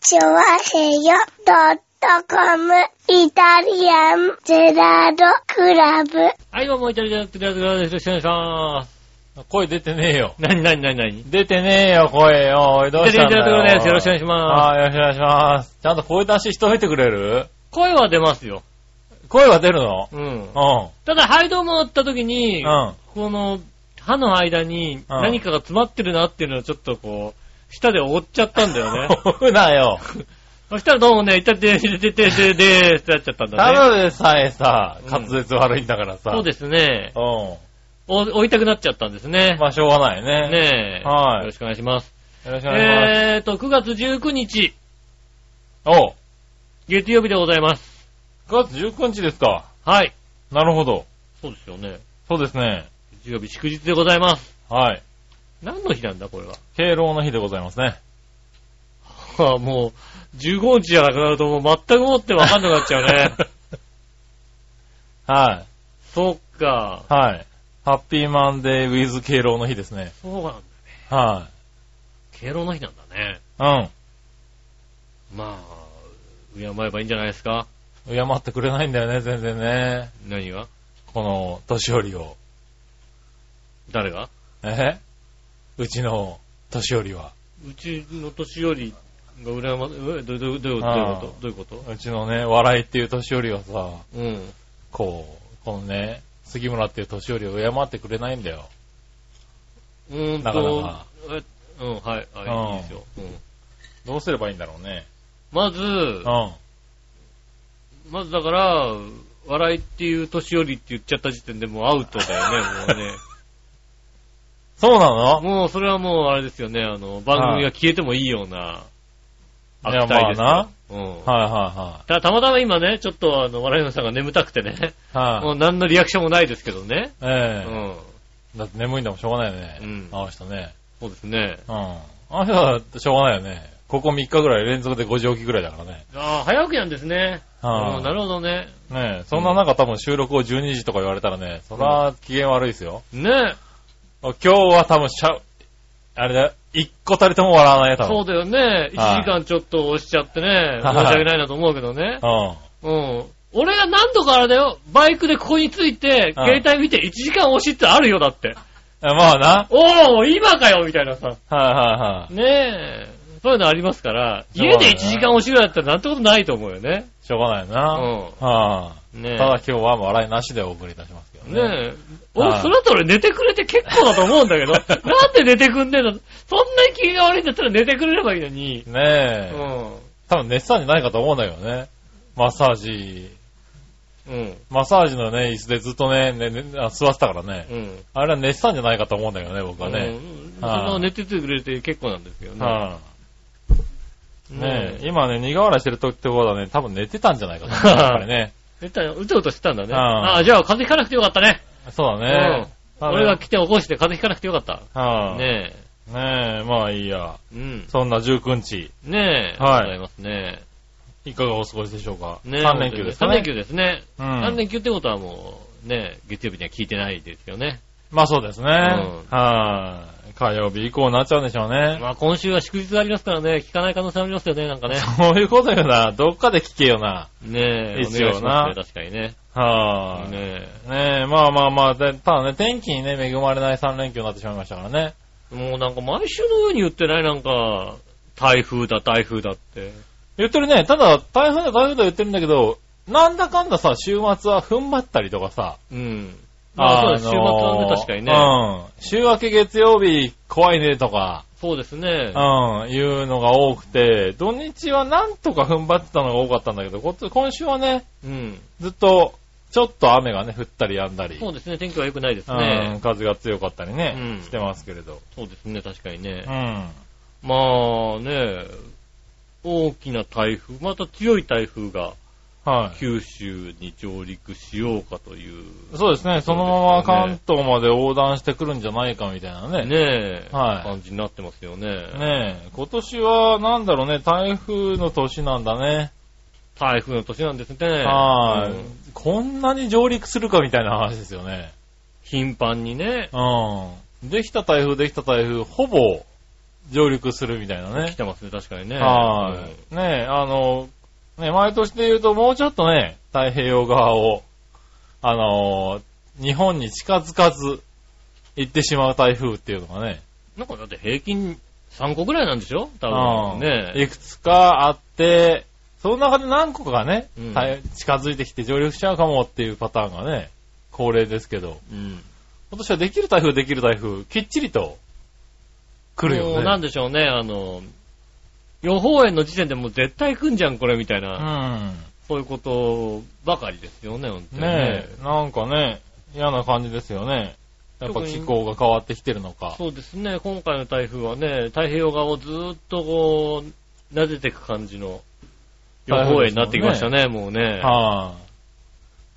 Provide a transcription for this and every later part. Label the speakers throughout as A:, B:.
A: チョワヘヨドットコムイタリアンゼラードクラブ。
B: はい、どうも、イタリアンテレビです。よろしくお願いします。
C: 声出てねえよ。
B: なになになになに
C: 出てねえよ、声よ。おいどうしたんだよ。
B: イタリアンテレビです。よろしくお願いします。
C: はい、よろしくお願いします。ちゃんと声出ししといてくれる
B: 声は出ますよ。
C: 声は出るの
B: うん。
C: う
B: ただ、ハイドウも乗った時に、
C: ん。うん。
B: この、歯の間に何かが詰まってるなっていうのをちょっとこう、舌で覆っちゃったんだよね。
C: そうだよ。
B: そしたらどうもね、いたててててててってなっちゃったん
C: た
B: だね。
C: だでさえさ
B: う、ん
C: 滑舌悪いんだからさ。
B: そうですね。
C: う
B: お置いたくなっちゃったんですね
C: ん。。まあ、しょうがないね。
B: ねえ。
C: はい
B: よろしくお願いします。
C: よろしくお願いし
B: えーと、9月19日、
C: ます。おう。
B: 月曜日でございます。
C: 9月19日ですか。
B: はい。
C: なるほど。
B: そうですよね。
C: そうですね。
B: 月曜日祝日でございます。
C: はい。
B: 何の日なんだ、これは。
C: 敬老の日でございますね。
B: はあ、 もう、15日じゃなくなるともう全くもってわかんなくなっちゃう ね。
C: は
B: そっか。
C: い。はい。ハッピーマンデーウィズ敬老の日ですね。
B: そうなんだ。
C: は
B: 敬老の日なんだね。
C: い。うん。
B: まあ、敬えばいいんじゃないですか。
C: 敬ってくれないんだよね、全然ね。
B: 何が
C: この、年寄りを。
B: 誰が
C: えうちの、年寄りは。
B: うちの年寄りが羨ま、えどどどういうことどういうことどういうこ
C: うちのね、笑いっていう年寄りはさ、
B: とうん。
C: こう、このね、杉村っていう年寄りを敬ってくれないんだよ。
B: うーん
C: なか
B: と
C: なか、
B: えうん、はい、
C: うん
B: はい、いいですよ。うん
C: どうすればいいんだろうね。
B: まず
C: う、ん。
B: まずだから、笑いっていう年寄りって言っちゃった時点でもうアウトだよね、もうね。
C: そうなの
B: もうそれはもうあれですよね、あの、番組が消えてもいいような、
C: いや、まあな。
B: な。うん。
C: はいは
B: ただたまたま今ね、ちょっとあの、笑いのさんが眠たくてね、
C: いはい。
B: も
C: は
B: う
C: い。
B: 何のリアクションもないですけどね。う
C: ええ
B: ん。
C: だって眠いんだもんしょうがないよね。
B: うん
C: あの人ね。
B: そうですね。
C: うん。あの人はしょうがないよね。ここ3日ぐらい連続で5時起きぐらいだからね。
B: ああ、早起きなんですね。
C: は
B: う
C: い
B: んなるほどね。
C: ねえ、そんな中多分収録を12時とか言われたらね、そら機嫌悪いですよ。
B: ね
C: 今日は多分しゃ、あれだ、一個たりとも笑わないよ、多分。
B: そうだよね。1時
C: はい
B: 間ちょっと押しちゃってね、申し
C: はい
B: 訳ないなと思うけどね。
C: うん。
B: うん。俺が何度かあれだよ、バイクでここについて、
C: うん
B: 携帯見て1時間押しってあるよ、だって。
C: まあな。
B: おー、今かよみたいなさ。
C: はいはいはい。
B: ねえ。そういうのありますから、
C: そうだ
B: 家
C: ね
B: で1時間おしぐらいだったらなんてことないと思うよね。
C: しょうがないよ
B: う
C: な。
B: ん。
C: は
B: ね
C: い。
B: え。
C: ただ今日は笑いなしでお送りいたしますけどね。
B: ねえ。俺、
C: はい
B: それだったら寝てくれて結構だと思うんだ けど、なんで寝てくんねえのそんなに気が悪いんだったら寝てくれればいいのに。
C: ね
B: う
C: え。
B: ん。
C: 多分熱さんじゃないかと思うんだけどね。マッサージ、
B: うん。
C: マッサージのね、椅子でずっとね、ねねあ座ってたからね。
B: うん。
C: あれは熱さんじゃないかと思うんだけどね、僕はね。
B: うん。そ
C: はい
B: の寝ててくれて結構なんですよね。
C: は
B: うん
C: い。ねえ、今ね、苦笑いしてる時ってことはね、多分寝てたんじゃないかと思う。やっぱ りね。
B: 寝たようとうとしてたんだね。
C: うん
B: ああ、じゃあ風邪ひかなくてよかったね。
C: そうだ
B: う
C: ね。
B: ん。
C: 多分
B: 俺が来て起こして風邪ひかなくてよかった。
C: はい、
B: ね
C: ねえ、まあいいや。
B: え。うん。
C: そんな19日、
B: ねえ。
C: はい
B: ございますね。
C: いかがお過ごしでしょうか。
B: ねえ
C: 3連休ですかね。
B: 3連休ですね。
C: うん
B: 3連休ってことはもう、ねえ、月曜日には聞いてないですよね。
C: まあそうですね。
B: ん
C: はい。火曜日以降になっちゃうんでしょうね。
B: まあ今週は祝日がありますからね、聞かない可能性ありますよね、なんかね。
C: そういうことよな。どっかで聞けよな。
B: ねえ、
C: 一
B: お願い
C: 応
B: しま
C: な
B: すね、確かにね。
C: はい、ね
B: ね
C: え、まあまあまあ、でただね、天気にね、恵まれない3連休になってしまいましたからね。
B: え。もうなんか毎週のように言ってない、なんか、台風だ、台風だって。
C: 言ってるね。ただ、台風だ、台風だ言ってるんだけど、なんだかんださ、週末は踏ん張ったりとかさ。
B: うん。ああ、そうだ、週末はね、確かにね。
C: ね。うん。週明け月曜日、怖いねとか。
B: そうですね。
C: うん、いうのが多くて、土日はなんとか踏ん張ってたのが多かったんだけど、こ今週はね、
B: うん。
C: ずっと、ちょっと雨がね、降ったりやんだり、
B: そうですね、天気は良くないです
C: うん、
B: ね。
C: 風が強かったりね、
B: うん
C: してますけれど。
B: そうですね、確かに
C: う
B: ね。
C: ん。
B: まあね、大きな台風、また強い台風が
C: はい。
B: 九州に上陸しようかという。
C: そうですね、そのまま関東まで横断してくるんじゃないかみたいなね。ね
B: ねえ、
C: はい
B: 感じになってますよね。
C: え今年は、なんだろうね、台風の年なんだね。
B: 台風の年なんですね。
C: はい、
B: うん
C: こんなに上陸するかみたいな話ですよね。
B: 頻繁にね。
C: うん。できた台風、できた台風、ほぼ上陸するみたいなね
B: 来。てますね、確かにね。
C: はい。ねえ、あの、ね毎年で言うともうちょっとね、太平洋側を、あの、日本に近づかず行ってしまう台風っていうのがね、
B: うんなんかだって平均3個ぐらいなんでしょ多
C: う
B: 分
C: ん
B: ね。
C: いくつかあって、その中で何個かがね、
B: うん
C: た近づいてきて上陸しちゃうかもっていうパターンがね、恒例ですけど、
B: うん。
C: 今年はできる台風できる台風、きっちりと来るよ
B: もう
C: ね。
B: なんでしょうね、あの、予報円の時点でもう絶対来んじゃん、これ、みたいな。
C: うん。
B: そういうことばかりですよね、本当にね。
C: ねえ、なんかね、嫌な感じですよね。やっぱ
B: 特に
C: 気候が変わってきてるのか。
B: そうですね、今回の台風はね、太平洋側をずーっとこう、撫でていく感じの予報円になってきましたね、もうね。
C: は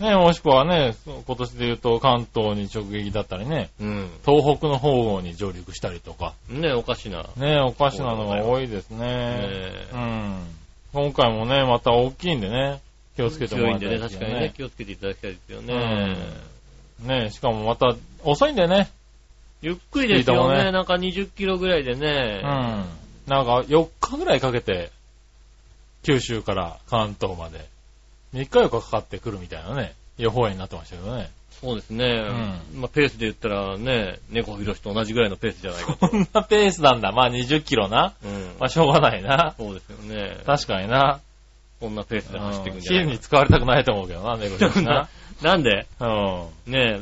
C: い、ねえ、もしくはね、そう今年で言うと関東に直撃だったりね、
B: うん。
C: 東北の方に上陸したりとか、
B: ねおかしな。
C: ねえ、おかしなのが多いですね。
B: ね
C: うん。今回もね、また大きいんでね、気をつけても
B: 強
C: ら
B: い
C: い
B: ん
C: た
B: で
C: い
B: ね、
C: です
B: 確
C: よ
B: かにね、。気をつけていただきたいですよね。
C: ねえ、しかもまた遅いんだよね。
B: ゆっくりですよ
C: いいとこ
B: ね、
C: ね
B: なんか20キロぐらいで
C: う
B: ね
C: ん。。なんか4日ぐらいかけて、九州から関東まで、3日4日かかってくるみたいなね、予報円になってましたけどね。
B: そうですね。まあ、ペースで言ったらね、猫ひろしと同じぐらいのペースじゃないかと。
C: こんなペースなんだ。まあ20キロな。
B: うん
C: まあしょうがないな。
B: そうですよね。
C: 確かにな。
B: こんなペースで走っていくんじ
C: チ
B: ゃな
C: ー
B: い
C: ム
B: か
C: に使われたくないと思うけどな、猫ちゃんな。
B: なんで
C: うん。
B: ねえ、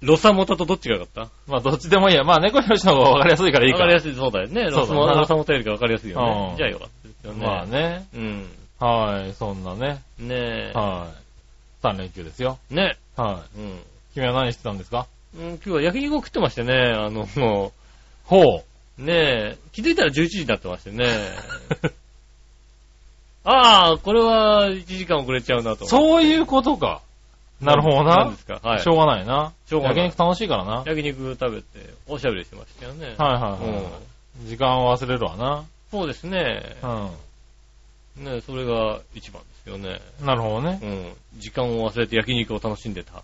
B: ロサモタとどっちが良かった
C: まあどっちでもいいや。まあ猫ひろしの方がわかりやすいからいい
B: わ
C: か
B: かりや
C: ら。
B: すい、そうだよね。ロ
C: そうだ
B: サ
C: な
B: モロサモタよりかわかりやすいよ
C: う
B: ね
C: ん。
B: じゃあ良かったですよね。
C: まあ。ね。
B: うん。
C: はい、そんなね。
B: ね
C: はい。3連休ですよ。
B: え。ね
C: は
B: え。うん。
C: い。君は何してたんですか
B: うん今日は焼肉を食ってましてね、あの、も
C: ほう。
B: う、ねえ、気づいたら11時になってまして ね。ああ、これは1時間遅れちゃうなと。う
C: そういうことか。なるほど
B: なん
C: な
B: で。すか。はい
C: し。ょうがないな。
B: しょうがない
C: 焼肉楽しいからな。はい
B: 焼肉食べて、おしゃべりしてましたよね。
C: はいはい。
B: うん。
C: 時間を忘れるわな。
B: そうですね。
C: う
B: ねそれが一番ですよね。
C: ん。なるほどね。
B: うん。時間を忘れて焼肉を楽しんでた。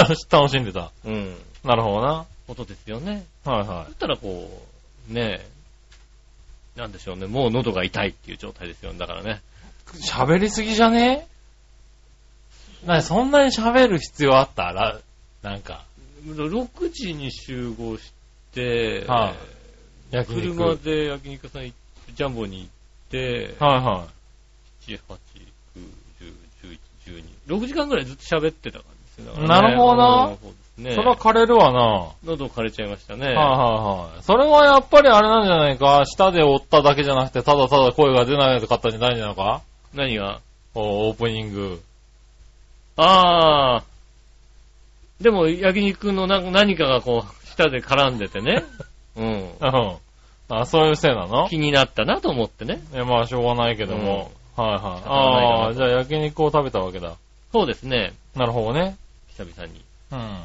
C: 楽し 楽しんでた。
B: うん。
C: なるほどな。
B: ことですよね。
C: はいは
B: だったらこう、ねえ、なんでしょうね。もう喉が痛いっていう状態ですよね。だからね。
C: い。喋りすぎじゃねなに、そんなに喋る必要あったら、なんか、
B: 6時に集合して、
C: はい焼肉。
B: 車で焼肉屋さん行って、ジャンボに行って、
C: はいは
B: 7、8、9、10、11、12。6時間ぐらいずっと喋ってた感じですよね。
C: なるほどな
B: うんそうですね。
C: い。それは枯れるわな。は
B: 喉枯れちゃいましたね。
C: いはいはい。それはやっぱりあれなんじゃないか。舌で折っただけじゃなくて、ただただ声が出ないとかったんじゃないんじゃないのか
B: 何が
C: おオープニング。
B: ああ。でも、焼肉のな何かがこう、舌で絡んでてね。うん。
C: うん。あ、そういうせいなの
B: 気になったなと思ってね。
C: いや、まあ、しょうがないけども。はいはい。あ
B: ないかな
C: あー、じゃあ焼肉を食べたわけだ。
B: そうですね。
C: なるほどね。
B: 久々に
C: うん。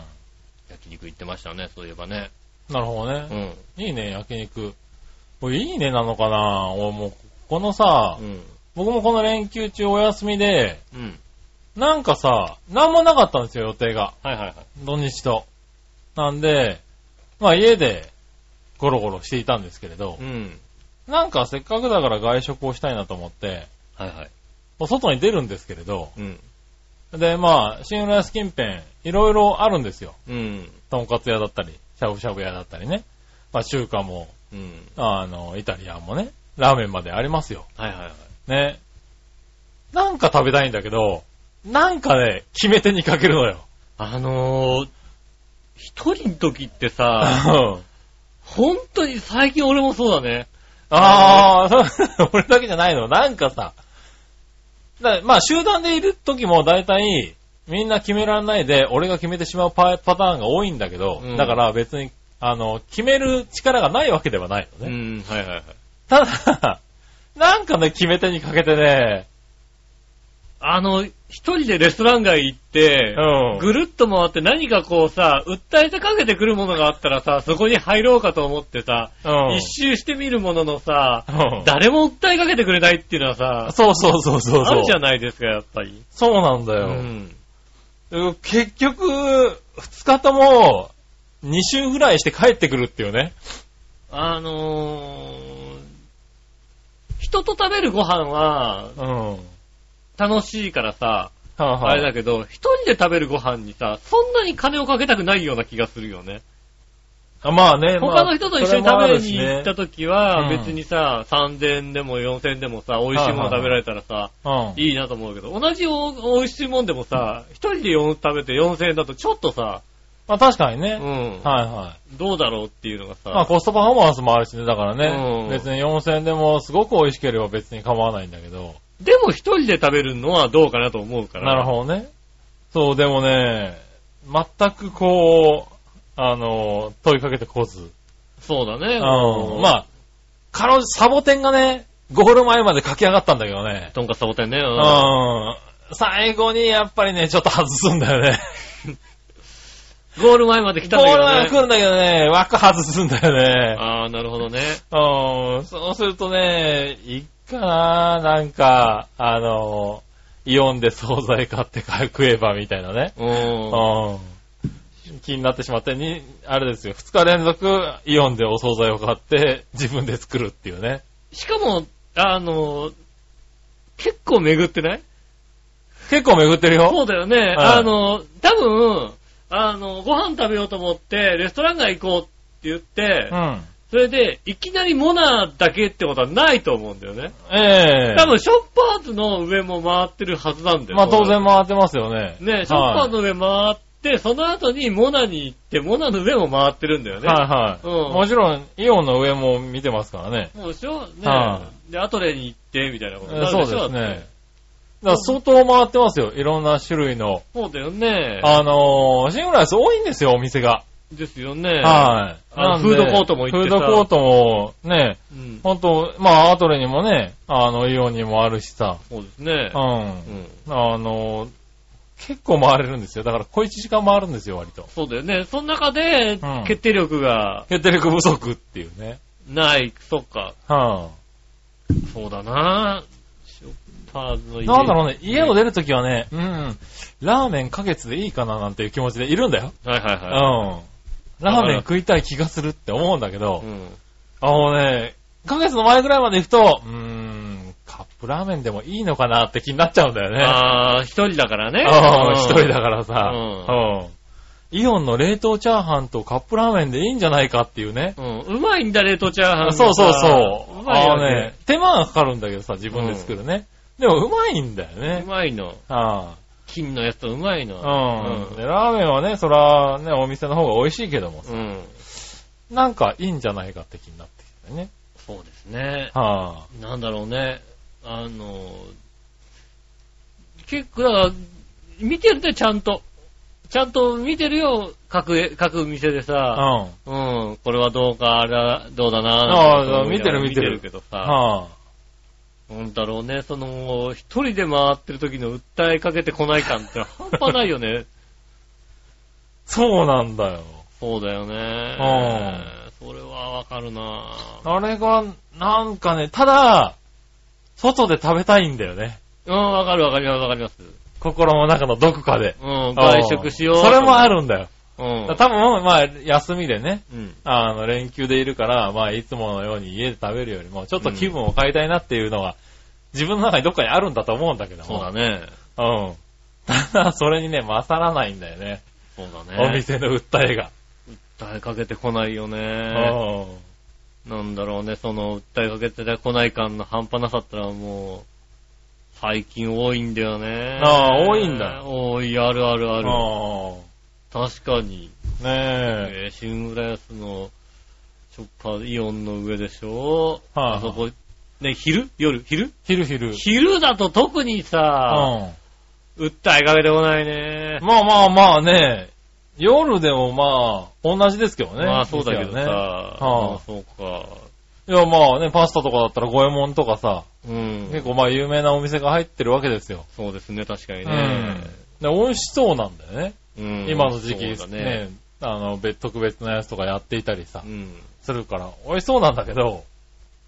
B: 焼肉行ってましたね、そういえばね。
C: なるほどね。
B: うん。
C: いいね、焼肉。これいいねなのかな俺もう、このさ、
B: うん。
C: 僕もこの連休中お休みで、
B: うん。
C: なんかさ、なんもなかったんですよ、予定が。
B: はいはいはい。
C: 土日と。なんで、まあ家でゴロゴロしていたんですけれど
B: う、ん。
C: なんかせっかくだから外食をしたいなと思って、
B: はいはい。
C: お外に出るんですけれど、
B: うん。
C: で、まあ、新浦安近辺、いろいろあるんですよ。
B: うん。
C: とんかつ屋だったり、しゃぶしゃぶ屋だったりね。まあ中華も、
B: うん。
C: あの、イタリアンもね、ラーメンまでありますよ。
B: はいはいはい。
C: ね。なんか食べたいんだけど、なんかね、決め手にかけるのよ。
B: あのー、一人の時って さ、
C: あ
B: 本当に最近俺もそうだね。
C: あー、そう 俺だけじゃないの。なんかさ、だまあ集団でいる時も大体、みんな決められないで、俺が決めてしまうパパターンが多いんだけど、
B: うん
C: だから別に、あの、決める力がないわけではないの
B: う
C: ね。
B: ん。はいはいはい。
C: ただ、なんかね、決め手にかけてね、
B: あの、一人でレストラン街行って、
C: うん
B: ぐるっと回って何かこうさ、訴えてかけてくるものがあったらさ、そこに入ろうかと思ってさ、
C: うん
B: 一周してみるもののさ、
C: うん
B: 誰も訴えかけてくれないっていうのはさ、
C: そうそうそうそうそ
B: あ
C: う。
B: るじゃないですか、やっぱり。
C: そうなんだ
B: う
C: よ。
B: ん。
C: うん結局、二日とも、二週ぐらいして帰ってくるっていうね。
B: あのー人と食べるご飯は
C: うん。は
B: 楽しいからさ、
C: あ、は
B: あれだけど、一人で食べるご飯にさ、そんなに金をかけたくないような気がするよね。
C: あまあね、
B: 他の人と一緒に食べに行った
C: と、
B: 時
C: う
B: は、
C: ん
B: 別にさ、3000円でも4000円でもさ、美味しいもの食べられたらさ、
C: うん。
B: いいなと思うけど、同じお美味しいもんでもさ、一人で4食べて4000円だとちょっとさ、
C: まあ確かに
B: う
C: ね。
B: ん、
C: はいはい。
B: どうだろうっていうのがさ、
C: まあコストパフォーマンスもあるしね、だからね。
B: うん
C: 別に4000円でもすごく美味しければ別に構わないんだけど。
B: でも一人で食べるのはどうかなと思うから。
C: なるほどね。そう、でもね、全くこう、あの、問いかけてこず。
B: そうだね。
C: うん。まあ、かろうじサボテンがね、ゴール前まで駆け上がったんだけどね。
B: とんかつサボテンね。う
C: うんん。最後にやっぱりね、ちょっと外すんだよね。
B: ゴール前まで来たん
C: ゴール
B: だ
C: 前
B: けど
C: 来
B: ね。
C: るんだけどね、枠外すんだよね。
B: ああ、なるほどね。
C: うん、そうするとね、いっかな、なんか、あの、イオンで惣菜買って帰食えばみたいなね。
B: うん。
C: うん。気になってしまって、に、あれですよ、二日連続イオンでお惣菜を買って自分で作るっていうね。
B: しかも、あの、結構巡ってない
C: 結構巡ってる
B: そ
C: よ。
B: うだよね。あの、多分、あの、ご飯食べようと思って、レストラン街行こうって言って、
C: うん。
B: それで、いきなりモナーだけってことはないと思うんだよね。
C: ええ
B: 多分、ショッパーズの上も回ってるはずなんだよ。
C: まあ当然回ってますよね。
B: ね、ショッパーの上回って、その後にモナに行って、モナの上も回ってるんだよね。
C: はいはい。
B: うん
C: もちろん、イオンの上も見てますからね。
B: そうでしょね、
C: は
B: で、アトレに行って、みたいなことになる
C: そう
B: しょ
C: ですね。。だ
B: だ
C: から
B: って
C: 相当回ってますよ。いろんな種類の。
B: そうだよね。
C: あのー、シングライス多いんですよ、お店が。
B: ですよね。
C: はい。
B: あの
C: なんで
B: フードコートも行って
C: フ
B: さ
C: ードコートも、ね、
B: うん。
C: ほんと、まあ、アトレにもね、あの、イオンにもあるしさ、
B: そうですね
C: う。。
B: うんん。
C: あのー、結構回れるんですよ。だから、小一時間回るんですよ、割と。
B: そうだよね。その中で
C: うん、
B: 決定力が
C: 決定力不足っていうね。
B: ない、そっか。
C: は
B: そうだなショッパーズの
C: い
B: 家。
C: なんだろうね、家を出るときはね、うん、ラーメンか月でいいかななんていう気持ちでいるんだよ。
B: はいはいうはい。
C: ん。ラーメン食いたい気がするって思うんだけど、
B: うん
C: あのね、1ヶ月の前ぐらいまで行くと、うーん、カップラーメンでもいいのかなって気になっちゃうんだよね。
B: あー、一人だからね。
C: うん一人
B: ら。
C: だからさ、
B: う
C: うんイオンの冷凍チャーハンとカップラーメンでいいんじゃないかっていうね。
B: うん。うまいんだ、冷凍チャーハンがさ。
C: そうそうそう。
B: うまい
C: あ
B: よ
C: のね
B: ね。、
C: 手間がかかるんだけどさ、自分で作るね。でもうまいんだよ
B: う
C: ね。
B: まいの。
C: あ
B: 金のやつはうまい
C: あ
B: の。
C: うん
B: うん
C: でラーメンはね、そら、ね、お店の方が美味しいけども、
B: うん。
C: なんかいいんじゃないかって気になってきてね。
B: そうですね。
C: は
B: なんだろうね。あの、結構、だから、見てるね、ちゃんと。ちゃんと見てるよ、各、各店で
C: あ、
B: さ。
C: うん。
B: うん。これはどうか、あれはどうだな
C: ああ
B: なんて
C: 見てる見てる
B: 見てるけどさ。
C: はあ、
B: なんだろうね、その、一人で回ってる時の訴えかけてこない感って半端ないよ ね。
C: そうなんだよ。
B: そうだよね。それはわかるな
C: あれが、なんかね、ただ、外で食べたいんだよね。
B: うん、わかるわかりますわかります。
C: 心の中のどこかで。
B: うん、外食しよう。
C: それもあ。るんだよ。
B: うん。
C: 多分、まあ、休みでね、
B: うん。
C: あの、連休でいるから、まあ、いつものように家で食べるよりも、ちょっと気分を変えたいなっていうのは、自分の中にどっかにあるんだと思うんだけど
B: そうだ
C: も。
B: ね。
C: うん。ただ、それにね、勝らないんだよね。
B: そうだね。
C: お店の訴えが。
B: 訴えかけてこないよ
C: う
B: ね。
C: ん。
B: なんだろうね、その、訴えかけてこない感の半端なさったらもう、最近多いんだよね。
C: ああ多いんだ
B: 多い、あるあるある。
C: うん
B: 確かに。
C: ねえ。
B: えー、新浦安の、ショッパー、イオンの上でしょ
C: はい
B: あそこ、ね、昼夜昼
C: 昼昼。
B: 昼だと特に
C: う
B: さ、
C: ん。
B: 訴えかけてこないね。
C: まあまあまあね、夜でもまあ、同じですけどね。
B: まあそうだけどさ、
C: 店はね
B: ああそうか。
C: いやまあね、パスタとかだったら五右衛門とかさ、
B: うん。
C: 結構まあ有名なお店が入ってるわけですよ。
B: そうですね、確かに
C: うん
B: ね。
C: で、美味しそうなんだよね。
B: うん
C: 今の時期
B: そうだね。
C: ね、あの、別特別なやつとかやっていたりさ
B: う、ん。
C: するから、美味しそうなんだけど、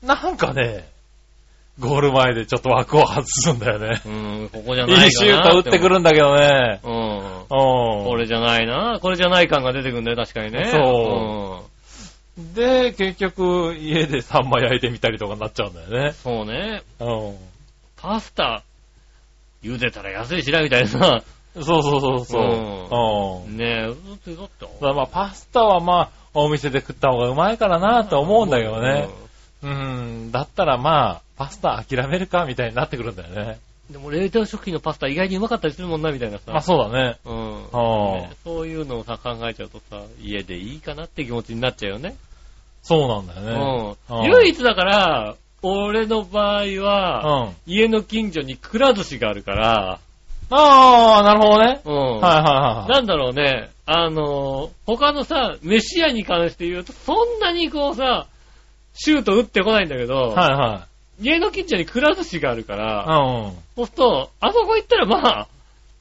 C: なんかね、ゴール前でちょっと枠を外すんだよね。
B: うん、ここじゃないかな。
C: いいシュート打ってくるんだけどね。
B: うん。
C: うん。
B: これじゃないな。これじゃない感が出てくるんだよ、確かにね。
C: そで、結局、家でサンマ焼いてみたりとかになっちゃうんだよね。
B: そうね。
C: う
B: パスタ、茹でたら安いしな、みたいな。
C: ん。そうそうそうそう。
B: うん
C: うん。
B: ねえ、だって、だって。
C: ただまあ、パスタはまあ、お店で食った方がうまいからなと思うんだけどね。うん。だったらまあ、パスタ諦めるかみたいになってくるんだよね。
B: うん。でも冷凍食品のパスタ意外にうまかったりするもんな、みたいなさ。
C: まあそうだね。
B: うん
C: あー
B: ねそういうのをさ、考えちゃうとさ、家でいいかなって気持ちになっちゃうよね。
C: そうなんだよね。
B: うん。
C: うん
B: 唯一だから、俺の場合
C: うん。
B: は、
C: あ
B: 家の近所にくら寿司があるから、
C: あー、なるほどね。
B: うん。
C: はいはいはい。
B: なんだろうね、あのー他のさ、飯屋に関して言うと、そんなにこうさ、シュート打ってこないんだけど、
C: はいは
B: 家の近所にくら寿司があるから、
C: い。うん。
B: そうすると、あそこ行ったらまあ、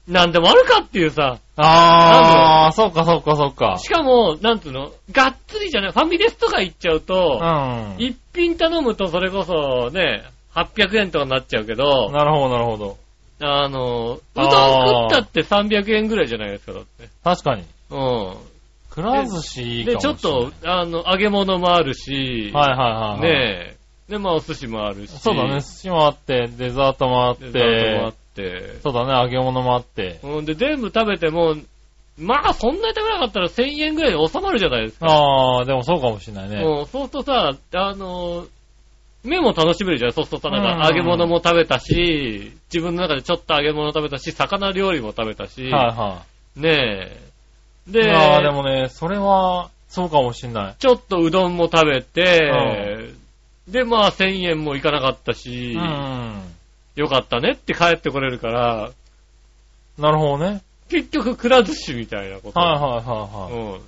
B: なんでもあるかっていうさ、
C: ああ、そうかそうかそうか。
B: しかも、なんつうの、がっつりじゃない、ファミレスとか行っちゃうと、
C: うん。
B: 一品頼むとそれこそね、800円とかになっちゃうけど、
C: なるほどなるほど。
B: あの、うどん食
C: あー
B: ったって300円ぐらいじゃないですか、だって。
C: 確かに。
B: う
C: くら寿司
B: ん。
C: いいか
B: で、
C: もし
B: ち
C: れ
B: ょ
C: ない。
B: っと、あの、揚げ物もあるし、
C: はいはいはいは
B: ね
C: い。
B: え。で、まあ、お寿司もあるし。
C: そうだね、寿司もあって、デザートもあっ、
B: デザートもあってて。
C: そうだね、揚げ物もあって。
B: うん、で、全部食べても、まあ、そんなに食べなかったら1000円ぐらいで収まるじゃないですか。
C: ああ、でもそうかもしれないね。
B: うん、そうするとさ、あの、目も楽しめるじゃん。そうするとさ、なんか
C: う
B: 揚げ
C: ん
B: 物も食べたし、自分の中でちょっと揚げ物食べたし、魚料理も食べたし、
C: はいは
B: ねえ。
C: い。
B: で、
C: ああ、でもね、それは、そうかもしれない。
B: ちょっとうどんも食べて、で、まあ、1000円もいかなかったし、
C: うん。
B: よかったねって帰ってこれるから、
C: なるほどね。
B: 結局、くら寿司みたいなこと。
C: はいはいはいはい。
B: うん。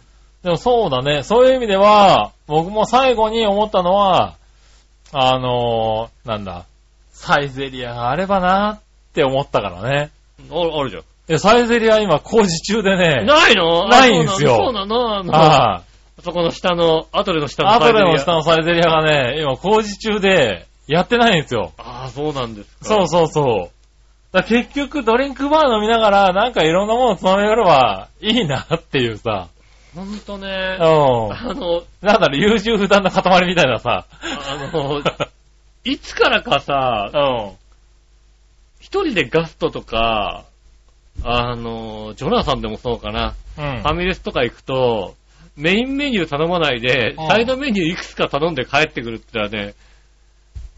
C: でもそうだね、そういう意味では、僕も最後に思ったのは、あのー、なんだ、サイゼリアがあればなって思ったからね。
B: ああるじゃん。
C: いやサイゼリア今工事中でね、
B: ないの
C: ないんですよ
B: あそうなのそうなのあの、
C: はい
B: そこの下の、アトレの下の
C: ア
B: サイ
C: ト
B: ゼリ
C: レ
B: ア
C: の下のサイゼリアがね、今工事中で、やってないんですよ。
B: ああ、そうなんですか。
C: そうそうそう。だから結局ドリンクバー飲みながら、なんかいろんなものつまみやればいいなっていうさ。
B: ほんと
C: う
B: ね
C: ん。。
B: あの、
C: なんだろう、優柔不断な塊みたいなさ。
B: あの、 いつからか さ、一人でガストとか、あの、ジョナサンでもそうかな、
C: うん。うん
B: ファ。ミレスとか行くと、メインメニュー頼まないで、
C: うん
B: サイドメニューいくつか頼んで帰ってくるってのはね、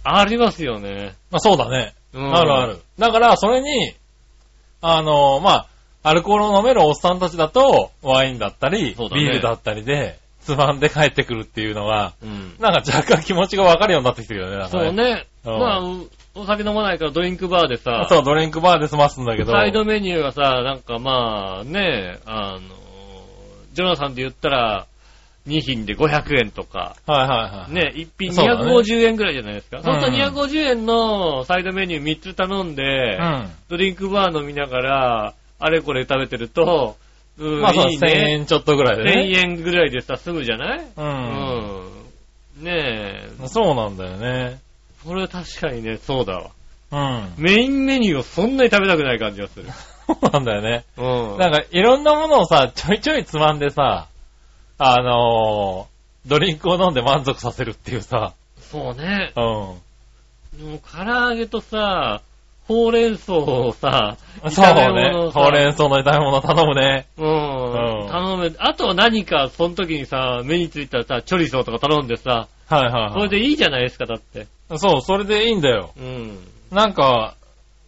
B: ありますよね。
C: まあそうだね。
B: うん
C: あるある。。だから、それに、あの、まあ、アルコールを飲めるおっさんたちだと、ワインだったり、
B: そうだね
C: ビールだったりで、つまんで帰ってくるっていうのは、
B: うん。
C: なんか若干気持ちがわかるようになってきてるよね、なんか
B: そうね。
C: うん
B: まあ、うお酒飲まないからドリンクバーでさ、
C: そう、ドリンクバーで済ますんだけど。
B: サイドメニューはさ、なんかまあね、あの、ジョナサンで言ったら、2品で500円とか、
C: はいはいはい。
B: ね、1品
C: そうだね
B: 250円ぐらいじゃないですか。
C: ん
B: そうすると250円のサイドメニュー3つ頼んで、ドリンクバー飲みながら、あれこれ食べてると、う、
C: うんん。まあそう、
B: いい
C: 1000
B: ね。
C: 円ちょっとぐらい
B: 1000
C: でね。
B: 円ぐらいでさ、済むじゃない
C: うん。
B: うん、ねえ、
C: そうなんだよね。
B: それは確かにね、そうだわ。
C: うん。
B: メインメニューをそんなに食べたくない感じが する。
C: そうなんだよね。
B: うん。
C: なんか、いろんなものをさ、ちょいちょいつまんでさ、あのー、ドリンクを飲んで満足させるっていうさ、
B: そうね。
C: うん。
B: もう唐揚げとさ、ほうれん草をさ、
C: そう
B: 炒め物
C: ね
B: を。さ
C: ほうれん草の炒め物頼むね。
B: うん、
C: うん
B: 頼め、あとは何か、その時にさ、目についたさ、チョリソーとか頼んでさ、
C: はいはい、はい。
B: それでいいじゃないですか、だって。
C: そう、それでいいんだよ。
B: うん。
C: なんか、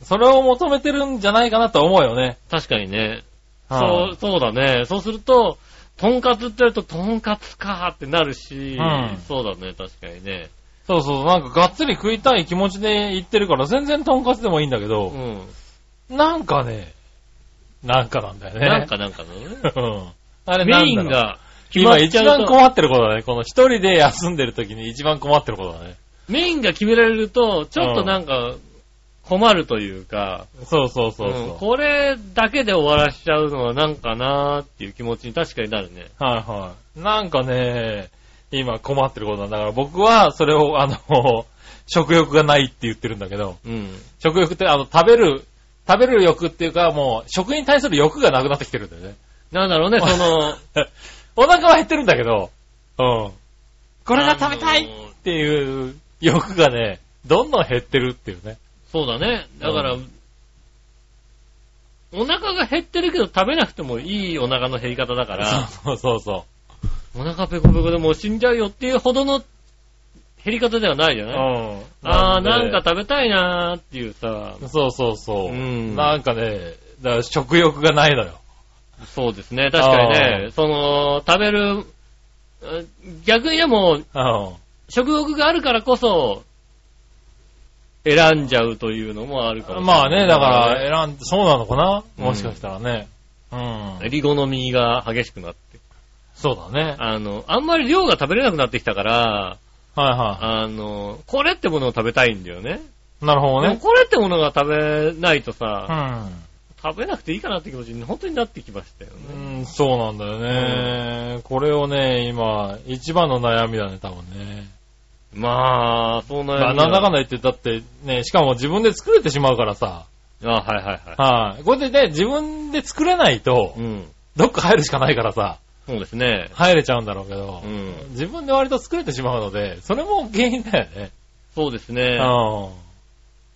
C: それを求めてるんじゃないかなと思うよね。
B: 確かにね。
C: は
B: そう、そうだね。そうすると、とんかつってやると、とんかつかーってなるし、
C: うん
B: そうだね、確かにね。
C: そうそう、なんかがっつり食いたい気持ちで言ってるから、全然とんかつでもいいんだけ
B: う
C: ど、
B: ん。
C: なんかね、なんかなんだよね。
B: なんかなんかね。
C: うん。 あれ
B: メ
C: なんだろう
B: インが決ま
C: 今
B: っ
C: 一
B: ちゃう
C: 番
B: と、
C: 困ってることだね。この一人で休んでる時に一番困ってることだね。
B: メインが決められると、ちょっとなんか、困るというか、
C: そうそうそうそう。
B: んこれだけで終わらしちゃうのはなんかなーっていう気持ちに確かになるね。
C: はいはい。なんかね、今困ってることなんだから、僕はそれをあの、 食欲がないって言ってるんだけど、
B: うん。
C: 食欲ってあの、食べる、食べる欲っていうかもう、食に対する欲がなくなってきてるんだよね。
B: なんだろうね、その、
C: お腹は減ってるんだけど、うん。これが食べたい
B: あのー
C: っていう欲がね、どんどん減ってるっていうね。
B: そうだね。だから、
C: う
B: お腹が減ってるけど食べなくてもいいお腹の減り方だから、
C: そうそうそう
B: お腹ペコペコでもう死んじゃうよっていうほどの減り方ではないじゃ
C: そう。
B: ない、
C: ん。
B: ああ、なんか
C: で
B: 食べたいなーっていうさ、
C: そうそうそう。
B: うん
C: なんかね、だから食欲がないのよ。
B: そうですね。確かに
C: あ
B: ね、その、食べる、うん逆にでも、
C: う
B: 食欲があるからこそ、選んじゃうというのもあるかもしれ
C: ん。
B: ない
C: まあね、だから選ん、そうなのかなもしかしたらね。うん。
B: リ好みが激しくなって。
C: そうだ ね。
B: あの、あんまり量が食べれなくなってきたから、
C: はいは
B: あの、これってものを食べたいんだよね。
C: い。なるほど
B: でも
C: ね。
B: これってものが食べないと
C: う
B: さ、
C: ん。
B: 食べなくていいかなって気持ちに本当になってきましたよ
C: う
B: ね。
C: ん、そうなんだよね。これをね、今、一番の悩みだね、多分ね。
B: まあ、そうな
C: まあ、
B: る
C: なんだかんだ言って、だってね、しかも自分で作れてしまうからさ。
B: あはいはいは
C: はい、これでね、自分で作れないと
B: い。う、ん。
C: どっか入るしかないからさ、
B: そうですね。
C: 入れちゃうんだろうけど
B: う、ん。
C: 自分で割と作れてしまうので、それも原因だよね。
B: そうですね。
C: うん。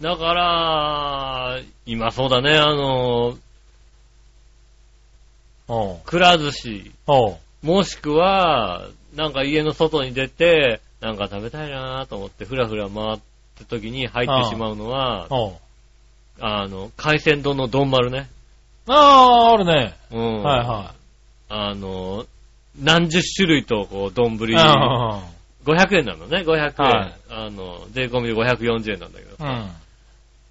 B: だから、今そうだね、あの、
C: うん。
B: くら寿司、
C: うん。
B: もしくは、なんか家の外に出て、なんか食べたいなと思ってふらふら回った時に入ってしまうのは、
C: うん。
B: あの、海鮮丼の丼丸ね。
C: あー、あるね。
B: うん。
C: はいは
B: あの、何十種類と、こう、丼、
C: い。
B: 500円なのね、500円。
C: はい
B: あの、税込みで540円なんだけど。
C: うん。うん。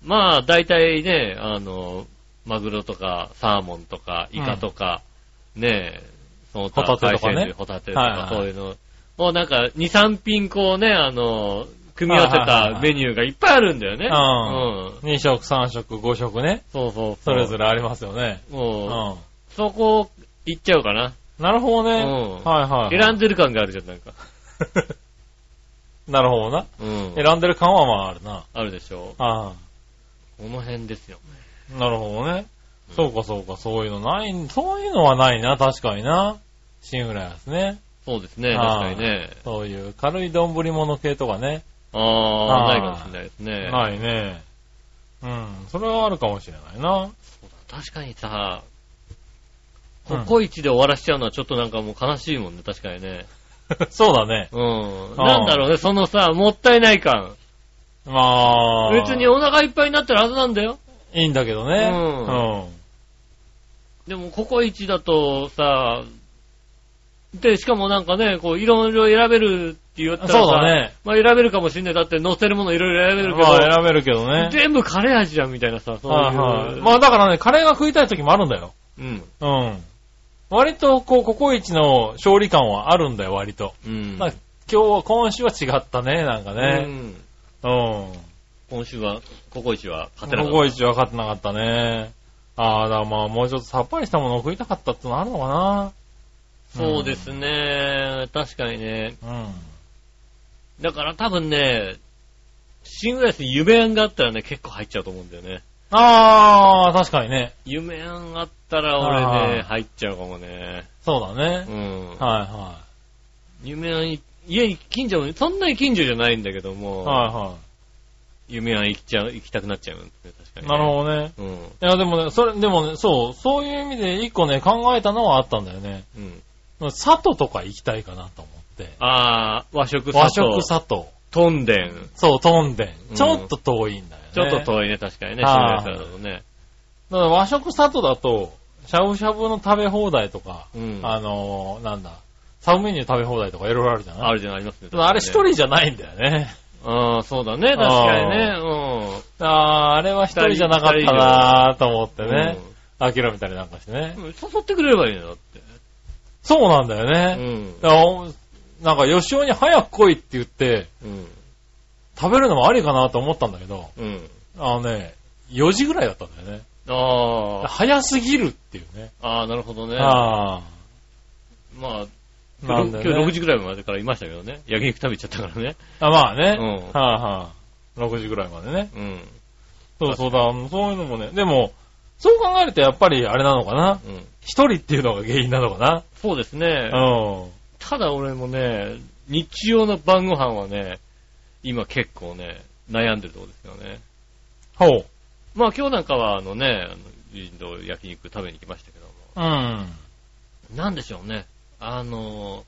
B: まあ、大体ね、あの、マグロとか、サーモンとか、イカとか、ねえ、その他
C: ホタテとか
B: 海
C: ね
B: 鮮類ホタテと
C: はいは
B: か
C: い、
B: そういうの。もうなんか、2、3品こうね、あの、組み合わせ
C: はいはいはい
B: た
C: はい
B: メニューがいっぱいあるんだよね。
C: うん
B: うん。
C: 2食、3食、5食ね。
B: そうそう。
C: それぞれありますよね。
B: れ。
C: う
B: も
C: ん。
B: う、そこ、行っちゃうかな。
C: なるほどね。
B: うん
C: はいはい。
B: 選んでる感があるじゃん、なんか。
C: なるほどな。
B: うん。
C: 選んでる感はまああるな。
B: あるでしょ
C: ああ。
B: この辺ですよ。
C: なるほどね。そうかそうか、そういうのない、そういうのはないな、確かにな。シングラヤスね。
B: そうですね、確
C: あー
B: かにね。
C: そういう軽い丼物系とかね。
B: ああ、
C: あ
B: な
C: ー
B: いかもしれないですね。
C: ないね。うん、それはあるかもしれな いな。
B: 確かにさ、
C: う
B: コ
C: ん
B: コイチで終わらしちゃうのはちょっとなんかもう悲しいもんね、確かにね。
C: そうだね。
B: うん。
C: あー
B: なんだろうね、そのさ、もったいない感。
C: まあ、
B: 別にお腹いっぱいになってるはずなんだよ。
C: いいんだけどね。
B: うんでもココイチだとさ、で、しかもなんかね、こう、いろいろ選べるって言ったらさ、
C: そうだね
B: まあ選べるかもしんない。だって乗せるものいろいろ選べるけ
C: ま
B: ど、
C: あ選べるけどね。
B: 全部カレー味じゃんみたいなさ、そう。
C: はいいうはい。まあだからね、カレーが食いたい時もあるんだよ。
B: うん。
C: うん。割と、こう、ココイチの勝利感はあるんだよ、割と。
B: うん。
C: まあ、今日は、今週は違ったね、なんか
B: う
C: ね。
B: ん
C: うん。
B: 今週は、ココイチは勝てなか
C: コ
B: った。
C: コイチ分かってなかったね。ああ、だからまあ、もうちょっとさっぱりしたものを食いたかったってのあるのか
B: そうですね。確かにね。
C: な。
B: だから多分ね、シングライスに夢案があったらね、結構入っちゃうと思うんだよね。
C: うん。ああ、確かにね。
B: 夢案あったら俺ね、
C: あー
B: 入っちゃうかもね。
C: そうだね
B: う。ん。
C: はいは
B: 夢案い、家に近所も、そんなに近所じゃないんだけども、
C: い。はいは
B: 夢案行っちゃう、行きたくなっちゃうんですね、確か
C: い。
B: に、
C: なるほどね。
B: ど。うん。
C: いや、でもね、それ、でもね、そう、そういう意味で一個ね、考えたのはあったんだよね。
B: うん。
C: 佐渡とか行きたいかなと思って。
B: あー、和食砂
C: 和
B: 糖。
C: 食佐渡。
B: トンデン。
C: そう、トンデ
B: う
C: ン。
B: ん
C: ちょっと遠いんだよね。
B: ちょっと遠いね、確かにね、シングラ
C: あ
B: イ
C: ー
B: スだとね。
C: だから和食佐渡だと、しゃぶしゃぶの食べ放題とか、
B: うん。
C: あのー、なんだ、サブメニュー食べ放題とかいろいろあるじゃない
B: あ
C: る。
B: るじゃないますね。
C: ただあれ一
B: 確かにね
C: 人じゃないんだよね。
B: ああ、そうだね、確かにね。うん。
C: あーあれは一人じゃなかったなーと思ってね。諦めたりなんかしてね
B: う。ん。誘ってくれればいいんだって。
C: そうなんだ
B: う
C: よね。
B: ん。
C: だからおなんか、吉尾に早く来いって言って、
B: うん。
C: 食べるのもありかなと思ったんだけど、
B: うん。
C: あのね、4時ぐらいだったんだよね。
B: ああ。
C: 早すぎるっていうね。
B: ああ、なるほどね。
C: ああ。
B: まあ、今
C: なん
B: 日
C: だよね
B: 今日6時ぐらいまでからいましたけどね。焼肉食べちゃったからね。
C: あ、まあね。
B: うん
C: はい、はい、6時ぐらいまでね。
B: うん。
C: そうそうだ、そういうのもね。でも、そう考えるとやっぱりあれなのかな。
B: うん。
C: 一人っていうのが原因なのか
B: そうですね。
C: な。うん。
B: ただ俺もね、日曜の晩ご飯はね、今結構ね、悩んでるところですよね。
C: ほう。
B: まあ今日なんかはあのね、あの人道焼肉食べに来ましたけども、
C: うん。
B: なんでしょうね。あの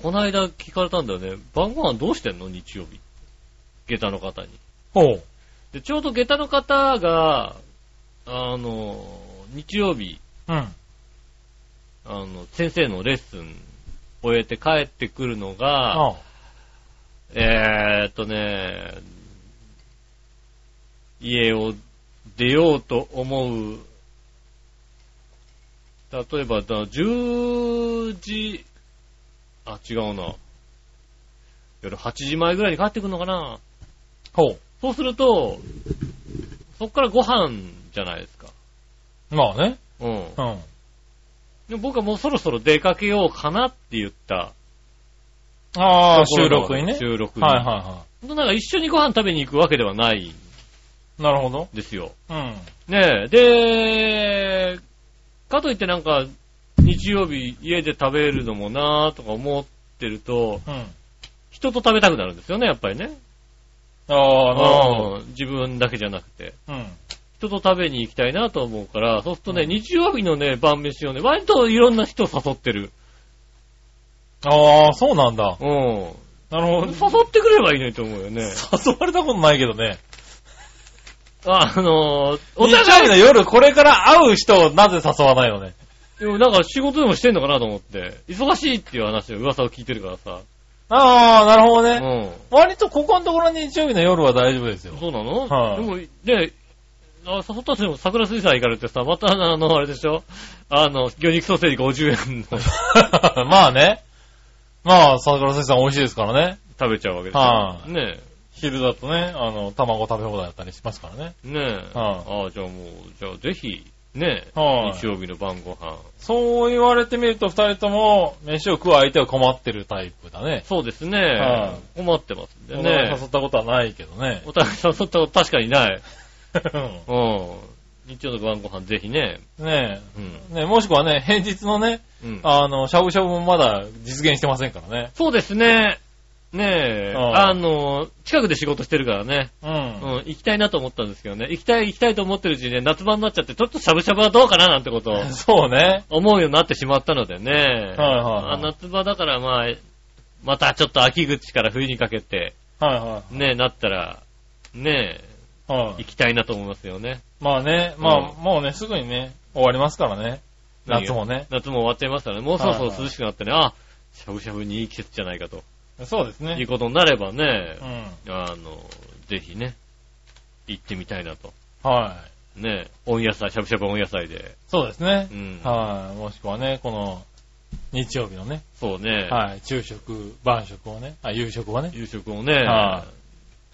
B: ー、この間聞かれたんだよね。晩ご飯どうしてんの日曜日。下駄の方に。
C: ほう。
B: で、ちょうど下駄の方が、あのー、日曜日、
C: うん。
B: あの、先生のレッスン終えて帰ってくるのが、
C: あ
B: えーっとね、家を出ようと思う、例えば、だ10時、あ、違うな。夜8時前ぐらいに帰ってくるのかな
C: ほ
B: そうすると、そっからご飯じゃないですか。
C: う。まあね。
B: うん。
C: うん。
B: で僕はもうそろそろ出かけようかなって言った。
C: ああ、収録にね。
B: 収録に。
C: はいはいは
B: 本当なんか一緒にご飯食べに行くわけではないん
C: い。なるほど。
B: ですよ。
C: うん。
B: ねえ。で、かといってなんか、日曜日家で食べるのもなぁとか思ってると、
C: うん。
B: 人と食べたくなるんですよね、やっぱりね。
C: ああ、なるほど。
B: うん自分だけじゃなくて。
C: うん。
B: 人と食べに行きたいなと思うから、そうするとね、
C: うん
B: 日曜日のね、晩飯をね、割といろんな人誘ってる。
C: ああ、そうなんだ。
B: うん。
C: なるほ
B: 誘
C: ど。
B: ってくれればいいのにと思うよね。
C: 誘われたことないけどね。
B: あ、あのーお
C: お
B: 互
C: 互
B: い
C: いの夜これから会う人をなぜ誘わないのね。
B: でもなんか仕事でもしてんのかなと思って、忙しいっていう話を噂を聞いてるからさ。
C: ああ、なるほ
B: う
C: どね。
B: ん。
C: 割とここのところ日曜日の夜は大丈夫ですよ。
B: そうなの、
C: はい
B: でも、で、あ誘ったとしても桜水産行かれてさ、またあの、あれでしょあの、魚肉ソーセージ50円の
C: まあね。まあ、桜先生美味しいですからね。
B: 食べちゃうわけでしょ、
C: はい
B: ね
C: 昼だとね、あの、卵食べ放題だったりしますからね。
B: え、ねえ。
C: は
B: ああ、じゃあもう、じゃあぜひ、ねえ、
C: はい
B: 日曜日の晩ご飯。
C: そう言われてみると二人とも、飯を食う相手は困ってるタイプだね。
B: そうですね、
C: は
B: 困ってますんで
C: お互い
B: ね
C: 誘。ったことはないけど ね。
B: お互い誘ったこと確かにない。
C: うん
B: うん。日曜の晩ご飯ぜひね。
C: ね
B: うん。
C: え。ねえもしくはね、平日のね、
B: うん、
C: あの、しゃぶしゃぶもまだ実現してませんからね。
B: そうですね。ねえ、
C: うん
B: あの、近くで仕事してるからね、
C: う
B: うん
C: ん。、
B: 行きたいなと思ったんですけどね、行きたい行きたいと思ってるうちにね、夏場になっちゃって、ちょっとしゃぶしゃぶはどうかななんてことを
C: そうね。
B: 思うようになってしまったのでね、
C: はいはい
B: あ
C: はい。
B: 夏場だからまあ、またちょっと秋口から冬にかけて、
C: は
B: ねえ、なったら、ね
C: いはい。は
B: え、行。
C: い
B: きたいなと思いますよね。
C: まあね、まあ、
B: うん
C: もうね、すぐにね、終わりますからね。夏もね。
B: 夏も終わっちゃいますからね、もうそろそ
C: はいは
B: ろ
C: い
B: 涼しくなってね、あ、しゃぶしゃぶにいい季節じゃないかと、
C: そうです
B: いう
C: ね。
B: ことになればね
C: う、ん。
B: あの、ぜひね、行ってみたいなと。
C: はい。
B: ね、温野菜、しゃぶしゃぶ温野菜で。
C: そうですね
B: う。ん。
C: はい。もしくはね、この、日曜日のね、
B: そうね、
C: はい。昼食、晩食をね、あ、夕食はね、
B: 夕食をね、
C: は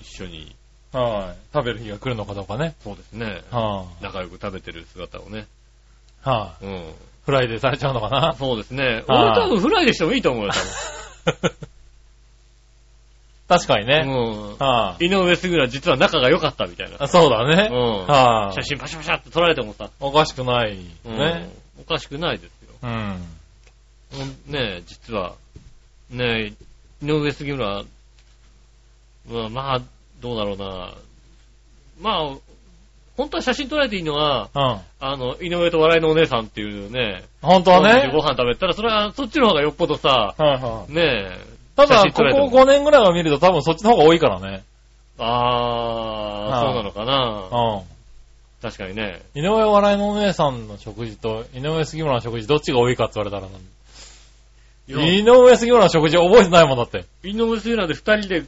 B: 一緒に、
C: はい。食べる日が来るのかどうかね。
B: そうですね、
C: は
B: 仲良く食べてる姿をね。
C: い。はい。
B: うん。
C: フライデーされちゃうのかな
B: そうですね。俺
C: はい
B: 多分フライでしてもいいと思うよ、
C: 確かに
B: 多
C: ね。
B: 分。うん。
C: は
B: 井上すぐら実は仲が良かったみたいな。
C: い。そうだね。
B: うん
C: はい。
B: 写真パシャパシャって撮られてもさ、
C: おかしくない
B: うん
C: ね。
B: おかしくないですよ。
C: うん。
B: うんねえ、実は、ねえ、井上杉村、うんまあ、どうだろうな。まあ、本当は写真撮られていいのは、
C: うん。
B: あの、井上と笑いのお姉さんっていうね、
C: 本当はね。
B: ご飯食べたら、それは、そっちの方がよっぽどさ、
C: はいはい。
B: ねえ、
C: た
B: 写
C: だ、
B: 真撮
C: こ
B: られても
C: こ5年ぐらいを見ると多分そっちの方が多いからね。
B: あー、
C: は
B: そ
C: いう
B: なのかな。
C: うん。
B: 確かにね。
C: 井上笑いのお姉さんの食事と、井上杉村の食事、どっちが多いかって言われたらなん、井上杉村の食事覚えてないもんだって。
B: 井上杉村で二人で、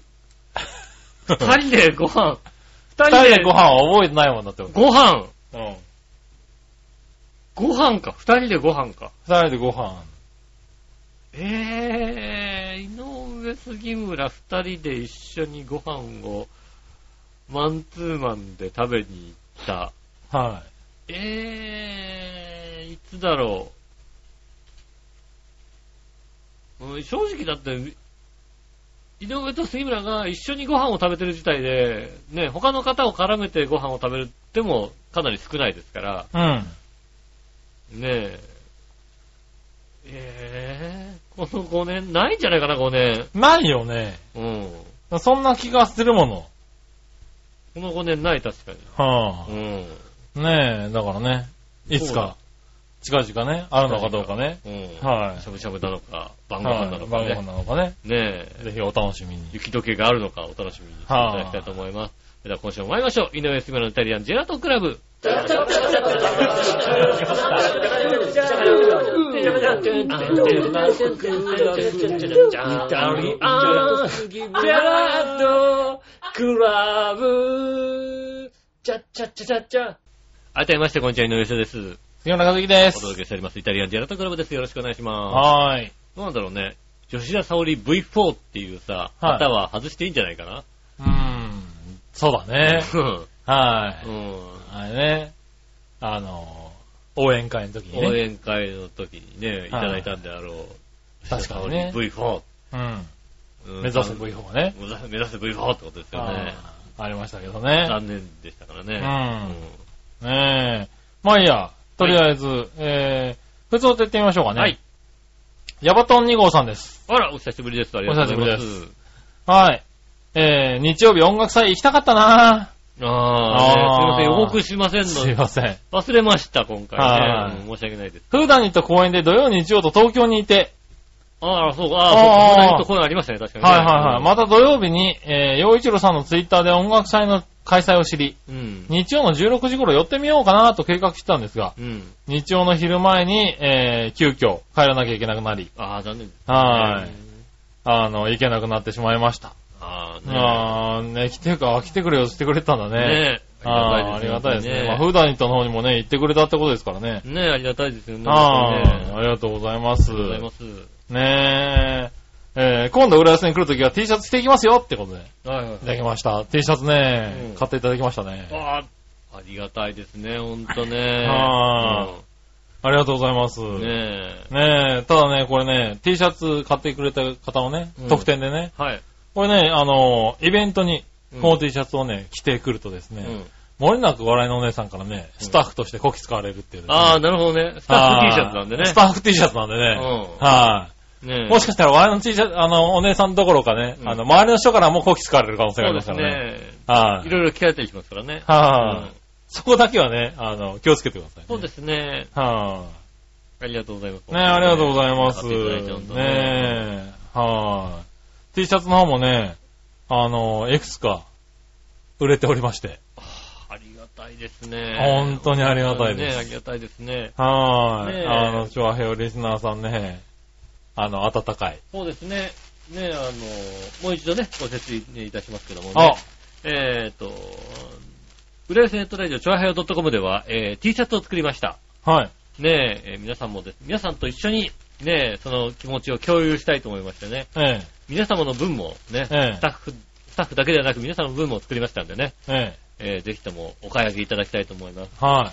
B: 二人でご飯、二
C: 二人でご飯は覚えてないもんだって。うん。
B: ご飯、
C: 二
B: ご飯か、二人でご飯か。
C: 人でご飯。
B: えー、井上杉村二人で一緒にご飯をマンツーマンで食べに行った。
C: は
B: えー、いつだろう。うん正直だって、井上と杉村が一緒にご飯を食べてる時代で、ね、他の方を絡めてご飯を食べるってもかなり少ないですから、
C: い。うん。
B: ねえ。えー、この5年、ないんじゃないかな、5年。
C: ないよね。
B: うん。
C: そんな気がするもの。
B: この5年ない、確かに。
C: は
B: う
C: ぁ、
B: ん。
C: ねえ、だからね、いつか、近々ね、あるのかどうかね。
B: うん。
C: はい
B: しゃぶしゃぶなのか、晩ご
C: は
B: 飯
C: い
B: なのか
C: 晩ご飯
B: ね。
C: なのかね。
B: ねえ。
C: ぜひお楽しみに。
B: 雪解けがあるのかお楽しみにしていただきたいと思います。それでは今週も参りましょう。井上杉村のイタリアンジェラートクラブ。改めまして、こんにちは、井上杉です。
C: 杉村和樹で
B: お
C: す。
B: 届けしております。イタリアンジェラートクラブです。よろしくお願いしま
C: はーい。
B: す。どうなんだろうね。吉田沙織 V4 っていうさ、
C: はい
B: 方は外していいんじゃないかな。
C: うーん、そうだね。は
B: う
C: い。
B: ん。
C: あれね、あの、応援会の時に
B: 応
C: ね。
B: 援会の時にね、いただいたんであろう。
C: 確かにね
B: 吉田沙織
C: うん。
B: V4。
C: 目指せ
B: うん
C: V4 ね。
B: 目指せ目指せ V4 ってことですよね。
C: あーありましたけどね。
B: 残念でしたからね。
C: ねえ。まあいいや。とりあえず、えー、普通と言ってみましょうかね。
B: はい。
C: ヤバトン2号さんです。
B: うんあら、お久しぶりです。ありがとうございます。
C: お久しぶはい。えー、日曜日音楽祭行きたかったな
B: ああ、ねすいません。
C: あー
B: 予告しません
C: ぁ。すい
B: の。
C: ません。
B: 忘れました、今回
C: は
B: ね
C: い。
B: うん申し訳ないです。
C: 普段にと公園で土曜日曜と東京にいて、
B: ああ、そうか。ああ、そうか。こん
C: あー
B: なにところありましたね、確かにね。
C: はいはいはい。また土曜日に、えー、洋一郎さんのツイッターで音楽祭の開催を知り、
B: うん。
C: 日曜の16時頃寄ってみようかなと計画してたんですが、
B: うん。
C: 日曜の昼前に、えー、急遽帰らなきゃいけなくなり、
B: ああ、残念。
C: はい
B: ね。
C: あの、行けなくなってしまいました。
B: ああ、
C: あー、ね、来てか、来てくれよ、してくれたんだ
B: ね
C: ね。
B: ね
C: あーありがたいですね。まあ、フーダニットの方にもね、行ってくれたってことですからね。
B: ねありがたいですよね。
C: あ
B: 本当にね
C: ー、ありがとうございます。
B: ありがとうございます。
C: ねえ、えー今度浦安に来るときは T シャツ着ていきますよってことで、い
B: はいはい
C: ただきました。T シャツね
B: うん、
C: 買っていただきましたね。
B: ああ、ありがたいですね、ほんとね。
C: はありがとうございます。
B: うんね
C: ね
B: え。
C: え、ただね、これね、T シャツ買ってくれた方のね
B: うん、
C: 特典でね、
B: はい。
C: これね、あのー、イベントに、
B: うん
C: この T シャツをね、着てくるとです
B: う
C: ね、
B: ん。
C: もれなく笑いのお姉さんからね、スタッフとしてこき使われるっていう、ね
B: ああ、なるほどね。スタッフ T シャツなんでね。
C: はいスタッフ T シャツなんでね。
B: うん
C: は
B: ね
C: い。
B: え
C: もしかしたら笑いの T シャツ、あの、お姉さんどころかね、
B: うん
C: あの、周りの人からもこき使われる可能性があります
B: そう
C: か
B: です
C: らね。
B: ね。
C: はいい。
B: ろいろ聞かれたりしますからね。
C: は
B: うん
C: い。そこだけはね、あの、気をつけてくださいね。
B: そうですね。
C: は
B: ありがとうございます。
C: い。ねありがとうございます。
B: 買っていただいて本当に
C: ねはい。T シャツの方もね、あの、いくつか売れておりまして。
B: ありがたいですね。
C: 本当にありがたい
B: ね
C: で
B: あ
C: す。
B: りがたいですね。
C: は
B: ね
C: い。
B: え
C: あの、チョアヘオリスナーさんね、あの、温かい。
B: そうですね。ねあの、もう一度ね、ご説明いたしますけどもね。
C: あ、
B: えっ、と、ウレースネットラジオ、チョアヘオ .com では、えー T シャツを作りました。
C: はい。
B: ねええー皆さんもです。皆さんと一緒に、ねその気持ちを共有したいと思いましてね。
C: ええ、
B: 皆様の分もね、
C: ええ
B: スタッフ、スタッフだけではなく皆さんの分も作りましたんでね、
C: え
B: えーぜひともお買い上げいただきたいと思います。
C: え、はい。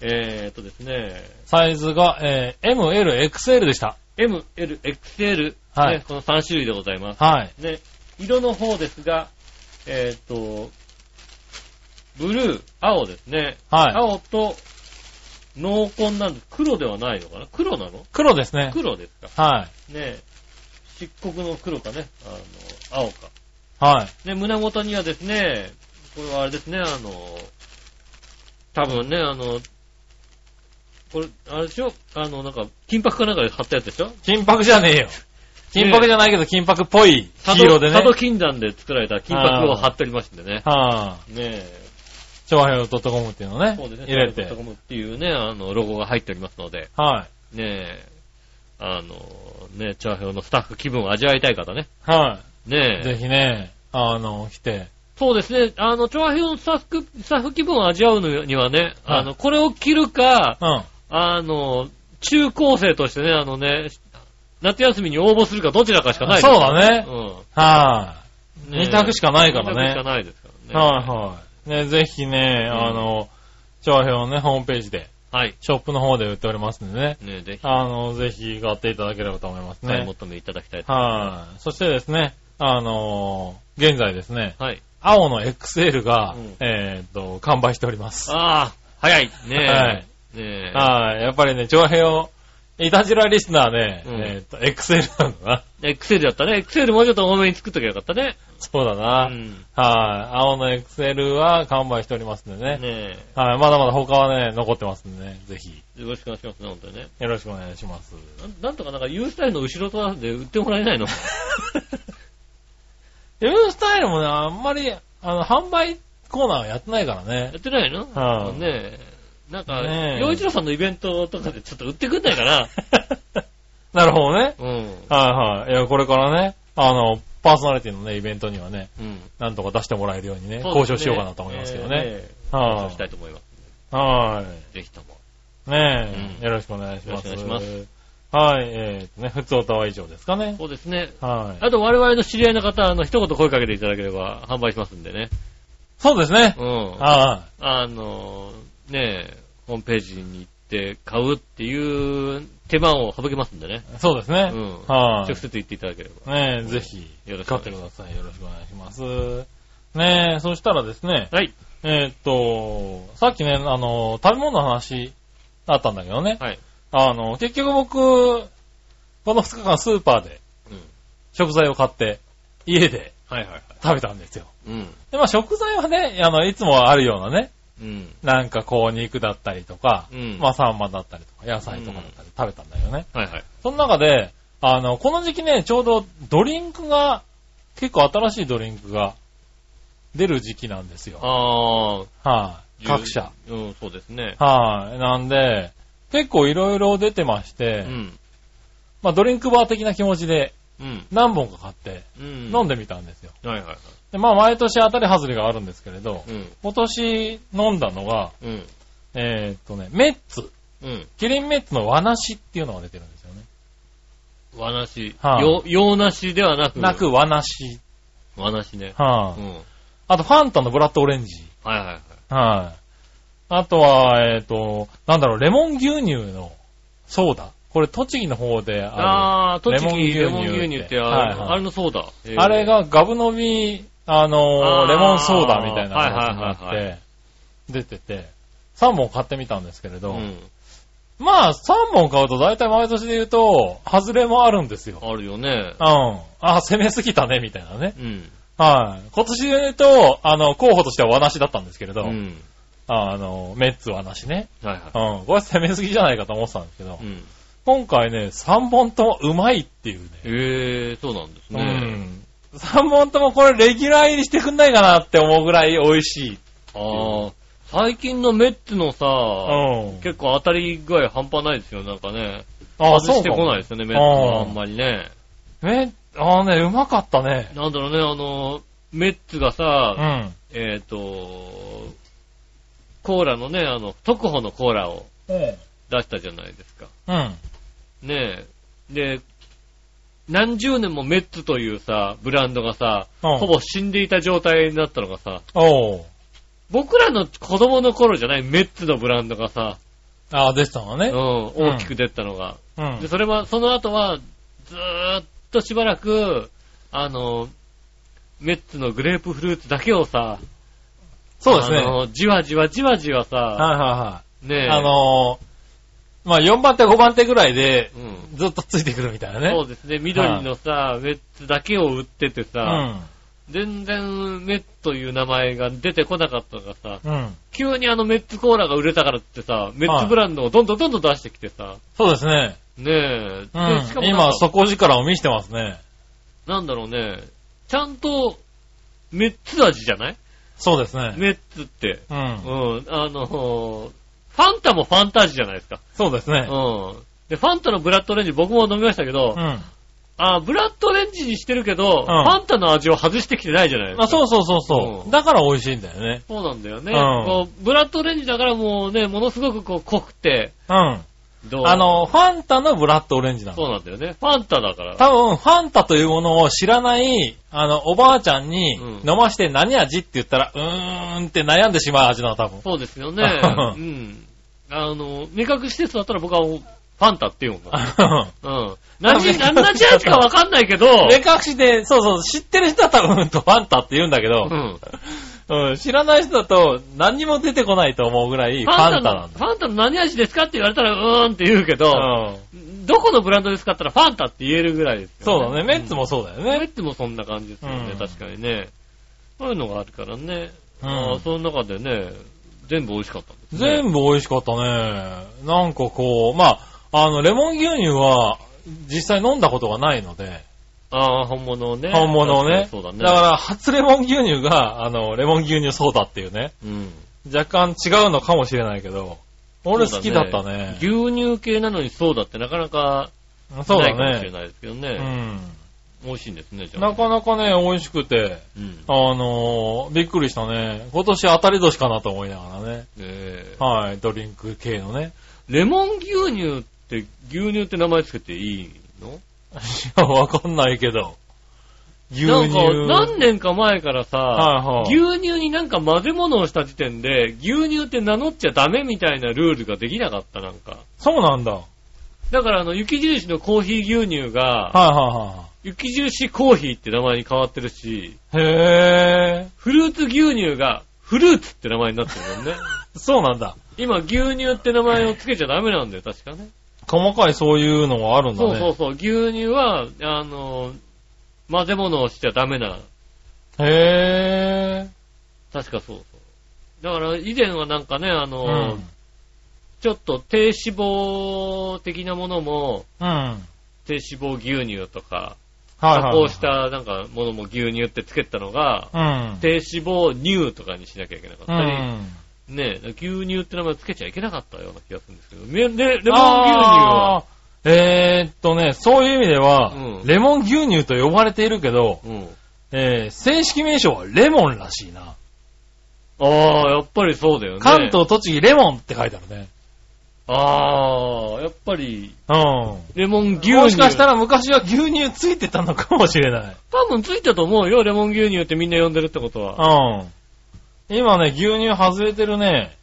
B: えー、っとですね、
C: サイズが、えー、MLXL でした。
B: M、L、XL、
C: はい
B: ねこの3種類でございます。
C: はい。
B: で、色の方ですが、えー、っと、ブルー、青ですね。
C: はい。
B: 青と濃紺なんです。黒ではないのかな黒なの
C: 黒ですね。
B: 黒ですか
C: はい。
B: ね漆黒の黒かね、あの、青か。
C: はい。
B: ね、胸元にはですね、これはあれですね、あの、多分ね、あの、これ、あれでしょあの、なんか、金箔かなんかで貼ったやつでしょ
C: 金箔じゃねえよ。金箔じゃないけど、金箔っぽい
B: 佐
C: 黄色でね。
B: 佐渡金山で作られた金箔を貼っておりましてね。
C: は
B: ねえ、
C: い。調和表 .com っていうのをね
B: そうですね、、
C: 入れて。
B: コムっていうね、あの、ロゴが入っておりますので、
C: はい。
B: ねえ、あの、ね、チャーヘオのスタッフ気分を味わいたい方ね。
C: は
B: ね
C: い。
B: え
C: ぜ。ひね、あの、来て。
B: そうですね。あの、調和表のスタッフ、スタッフ気分を味わうのにはね、
C: はい
B: あの、これを着るか、
C: うん。
B: あの、中高生としてね、あのね、夏休みに応募するかどちらかしかないです
C: そうだね。
B: う
C: は
B: ん。
C: 二択しかないから
B: 二
C: ね
B: 択しかないですか
C: い。
B: らね。
C: はいはい。ね、ぜひね、あの、調和表のね、ホームページで、
B: はい。
C: ショップの方で売っておりますんでね。
B: ねぜひ、
C: あの、ぜひ買っていただければと思います
B: 買い
C: ね。
B: 求めいただきたいと。
C: はい。そしてですね、あのー現在ですね、
B: はい。
C: 青の XL が、
B: うん
C: えーっと、完売しております。
B: ああ、早い。ねえ。
C: はい
B: ねえ。
C: はい。やっぱりね、長平をイタジラリスナーね、
B: うん
C: えっと、XL なんだな。
B: エクセルだったね。エクセルもうちょっと多めに作っときゃよかったね。
C: そうだ
B: う
C: な。
B: ん。
C: はい。青の XL は完売しておりますんでね。
B: ね
C: はい。まだまだ他はね、残ってますんでね。ぜひ、
B: え。よろしくお願いしますね、本当にね。
C: よろしくお願いします。
B: なんなんとかなんか U スタイルの後ろとなんで売ってもらえ ないの
C: ユースタイルもね、あんまり、あの、販売コーナーはやってないから
B: や
C: ね。
B: ってないの
C: は
B: ね
C: あ
B: え。なんか、
C: ねえ
B: 洋一郎さんのイベントとかでちょっと売ってくんないかな
C: なるほどね。
B: うん。
C: はいはい。いや、これからね、あの、パーソナリティのね、イベントにはね、
B: うん。
C: なんとか出してもらえるようにね、
B: そうですね
C: 交渉しようかなと思いますけどね。。
B: ええ交
C: は
B: 渉したいと思います。
C: い。はい。
B: ぜひとも。
C: ねえ、
B: うん
C: よろしくお願いします。
B: よろしくお願い
C: します。はい、えーとね、普通歌は以上ですかね。
B: そうですね。
C: はい。
B: あと我々の知り合いの方、あの、一言声かけていただければ販売しますんでね。
C: そうですね。
B: うん。
C: は
B: あの、ねえ、ホームページに行って買うっていう手間を省けますんでね。
C: い。そうです
B: う
C: ね。
B: ん。
C: は
B: 直
C: い。
B: 接言っていただければ。
C: ねえ、ぜひ、
B: よろしくお
C: 買っ
B: 願い
C: て
B: し
C: く
B: ま
C: ださい。よろしくお願いします。ねえ、そしたらですね、
B: はい。
C: えーっと、さっきね、あの、食べ物の話あったんだけどね、
B: はい。
C: あの、結局僕、この2日間スーパーで
B: うん。
C: 食材を買って、家で
B: はいはいはい。
C: 食べたんですよ。
B: うん。
C: で、まあ食材はね、あの、いつもあるようなね、
B: うん。
C: なんかこう肉だったりとか、
B: うん
C: まあサンマだったりとか、野菜とかだったり食べたんだよね。
B: はいはい。
C: その中で、あの、この時期ね、ちょうどドリンクが、結構新しいドリンクが出る時期なんですよ。はい、
B: ああ、
C: 各社。。
B: うん、そうですね。
C: はい、なんで、結構いろいろ出てまし
B: う
C: て、
B: ん。
C: まあドリンクバー的な気持ちで
B: うん。
C: 何本か買って
B: うん。
C: 飲んでみたんですよ。
B: はいはいはい。
C: でまあ毎年当たり外れがあるんですけれど、
B: うん。
C: 今年飲んだのが、
B: うん。
C: えーっとね、メッツ。
B: うん。
C: キリンメッツの和梨っていうのが出てるんですよね。
B: 和なし。
C: はい
B: よ洋なしではなく。
C: なく。和梨。
B: 和なしね。
C: は
B: う
C: い、
B: ん。
C: あと、ファンタのブラッドオレンジ。
B: はいはいはい。
C: はい、あとは、えっ、と、なんだろう、レモン牛乳のソーダ。これ、栃木の方であ
B: ああ、栃
C: レモン牛
B: 木
C: 乳
B: レモン牛乳ってあ
C: はい
B: れ
C: はい
B: あれのそうだ。え
C: る。
B: ー
C: あれ、がガブ飲み、あの
B: あー
C: ーレモンソーダみたいなのにな
B: はいはいはいは
C: って、出てて、3本買ってみたんですけれ
B: う
C: ど、
B: ん。
C: まあ、3本買うと大体毎年で言うと、外れもあるんですよ。
B: あるよね
C: う。ん。あ、攻めすぎたね、みたいなね。
B: うん。
C: はい。今年で言うと、あの、候補としては和梨だったんですけれ
B: う
C: ど、
B: ん。
C: あの、メッツ和梨ね。
B: はいは
C: うん。これ攻めすぎじゃないかと思ってたんですけど、
B: い。うん。
C: 今回ね、3本ともうまいっていうね。
B: ええ、そうなんです
C: う
B: ね。
C: ん。3本ともこれレギュラー入りしてくんないかなって思うぐらい美味しい。
B: ああ、最近のメッツの
C: う
B: さ、
C: ん。
B: 結構当たり具合半端ないですよ、なんかね。
C: あ
B: 外して
C: か
B: こ
C: も
B: ないですよね、メッツはあんまりね。
C: ね、ああね、うまかったね。
B: なんだろうね、あの、メッツが
C: う
B: さ、
C: ん。
B: えっと、コーラのね、あの、特保のコーラを出したじゃないですか。
C: うん。
B: ねえ。で、何十年もメッツというさ、ブランドがさ、
C: うん
B: ほぼ死んでいた状態になったのがさ、
C: おう。
B: 僕らの子供の頃じゃないメッツのブランドがさ、
C: ああ、でしたの
B: う
C: ね
B: ん、。大きく出たのが。
C: う
B: で、
C: ん。
B: それは、その後は、ずーっとしばらく、あの、メッツのグレープフルーツだけをさ、
C: そうですね。
B: あ
C: はい
B: の、じわじわじわじわさ、
C: はいはい。
B: ねえ、
C: あ、のー、まあ、4番手、5番手ぐらいで、
B: うん。
C: ずっとついてくるみたいなね。
B: そうですね、緑のさ、メッツだけを売っててさ、全然メッツという名前が出てこなかったのがさ、
C: うん。うん。
B: 急にあのメッツコーラが売れたからってさ、メッツブランドをどんどんどんどん出してきてさ、
C: そうですね。
B: ねえ、で
C: うん
B: しか。もなん
C: 今、
B: か
C: 底力を見せてますね。
B: なんだろうね、ちゃんとメッツ味じゃない
C: そうですね。
B: メッツって。
C: うん。
B: うん、あの、ファンタもファンタ味じゃないですか。
C: そうです
B: う
C: ね。
B: ん。で、ファンタのブラッドオレンジ僕も飲みましたけど、
C: うん。
B: あブラッドオレンジにしてるけど、フ
C: うん
B: ァンタの味を外してきてないじゃないですか。
C: あ、そうそうそうそうう。
B: ん
C: だから美味しいんだよね。
B: そうなんだよね。
C: うん
B: こうブラッドオレンジだからもうね、ものすごくこう濃くて、
C: うん。
B: どう
C: あの、ファンタのブラッドオレンジな
B: そ
C: の。
B: うなんだよね。ファンタだから。
C: 多分、ファンタというものを知らない、あの、おばあちゃんに
B: うん
C: 飲まして何味って言ったら、うーんって悩んでしまう味なの、多分。
B: そうですよね。
C: う
B: うん。あの、味覚施設だったら僕はファンタって言うもんな。うん。何
C: 目隠
B: 味、
C: し
B: 何味味かわかんないけど、
C: 目隠しで、そうそう、知ってる人だったら、うんと、ファンタって言うんだけ
B: う
C: ど、
B: ん。
C: うん、知らない人だと、何にも出てこないと思うぐらい、
B: フ
C: フ
B: ァ
C: ァ
B: ン
C: ン
B: タの、
C: タなん
B: フ
C: だ。
B: ァンタの何味ですかって言われたら、うーんって言うけど、
C: う
B: どこのブランドですかって言ったらファンタって言えるぐらいです
C: そう
B: よね。
C: だね。メッツもそうだよ
B: ね。メ
C: ね。
B: ッツもそんな感じですよね、
C: うん
B: 確かにね。そういうのがあるからね。
C: うん
B: ああその中でね、全部美味しかったんです、ね。
C: 全部美味しかったね。なんかこう、まあ、あの、レモン牛乳は実際飲んだことがないので、
B: ああ、本物をね。
C: 本物をね。
B: そうだね。
C: から、初レモン牛乳が、あの、レモン牛乳ソーダっていうね、
B: うん。
C: 若干違うのかもしれないけど、俺好きだったね。
B: 牛乳系なのにそうだってなかなか
C: そう
B: な
C: だ
B: いかもしれ
C: ね。
B: ないですけど
C: う
B: ね。
C: ん。
B: 美味しいんですね、じゃあ。
C: なかなかね、美味しくて、
B: うん。
C: あのーびっくりしたね。今年当たり年かなと思いながらね。
B: えー
C: はい、ドリンク系のね。
B: レモン牛乳って、牛乳って名前つけていいの
C: いや、わかんないけど。牛乳。
B: なんか、何年か前からさ、
C: はいはい
B: 牛乳になんか混ぜ物をした時点で、牛乳って名乗っちゃダメみたいなルールができなかった、なんか。
C: そうなんだ。はい
B: だから、あの、雪印のコーヒー牛乳が、
C: は
B: 雪印コーヒーって名前に変わってるし、
C: いはい。へ
B: フルーツ牛乳が、フルーツって名前になってるもんね。
C: ー。そうなんだ。
B: 今、牛乳って名前をつけちゃダメなんだよ、確かね。
C: 細かいそういうのがあるんだ
B: そう。
C: ね
B: そうそう、牛乳は、あの、混ぜ物をしちゃダメな、
C: へー。
B: 確かそうそう。だから、以前はなんかね、あの、
C: うん。
B: ちょっと低脂肪的なものも、
C: うん。はい
B: 低脂肪牛乳とか、
C: は
B: 加
C: いはい。
B: 工し。たなんかものも牛乳ってつけてたのが、
C: うん。
B: 低脂肪乳とかにしなきゃいけなかっ
C: う
B: たり、
C: ん。
B: ねえ、牛乳って名前つけちゃいけなかったような気がするんですけど、めレレモン牛乳
C: あ
B: は、
C: ーえーっとね、そういう意味では、
B: うん
C: レモン牛乳と呼ばれているけど、
B: うん。
C: えー正式名称はレモンらしいな。
B: ああ、やっぱりそうだよね。
C: 関東、栃木、レモンって書いてあるね。
B: ああ、やっぱり、
C: うん。
B: レモン牛乳。
C: もしかした
B: ら。
C: ら昔は牛乳ついてたのかもしれない。
B: 多分ついたと思うよ、レモン牛乳ってみんな呼んでるってことは。
C: うん。今ね、牛乳外れてるね。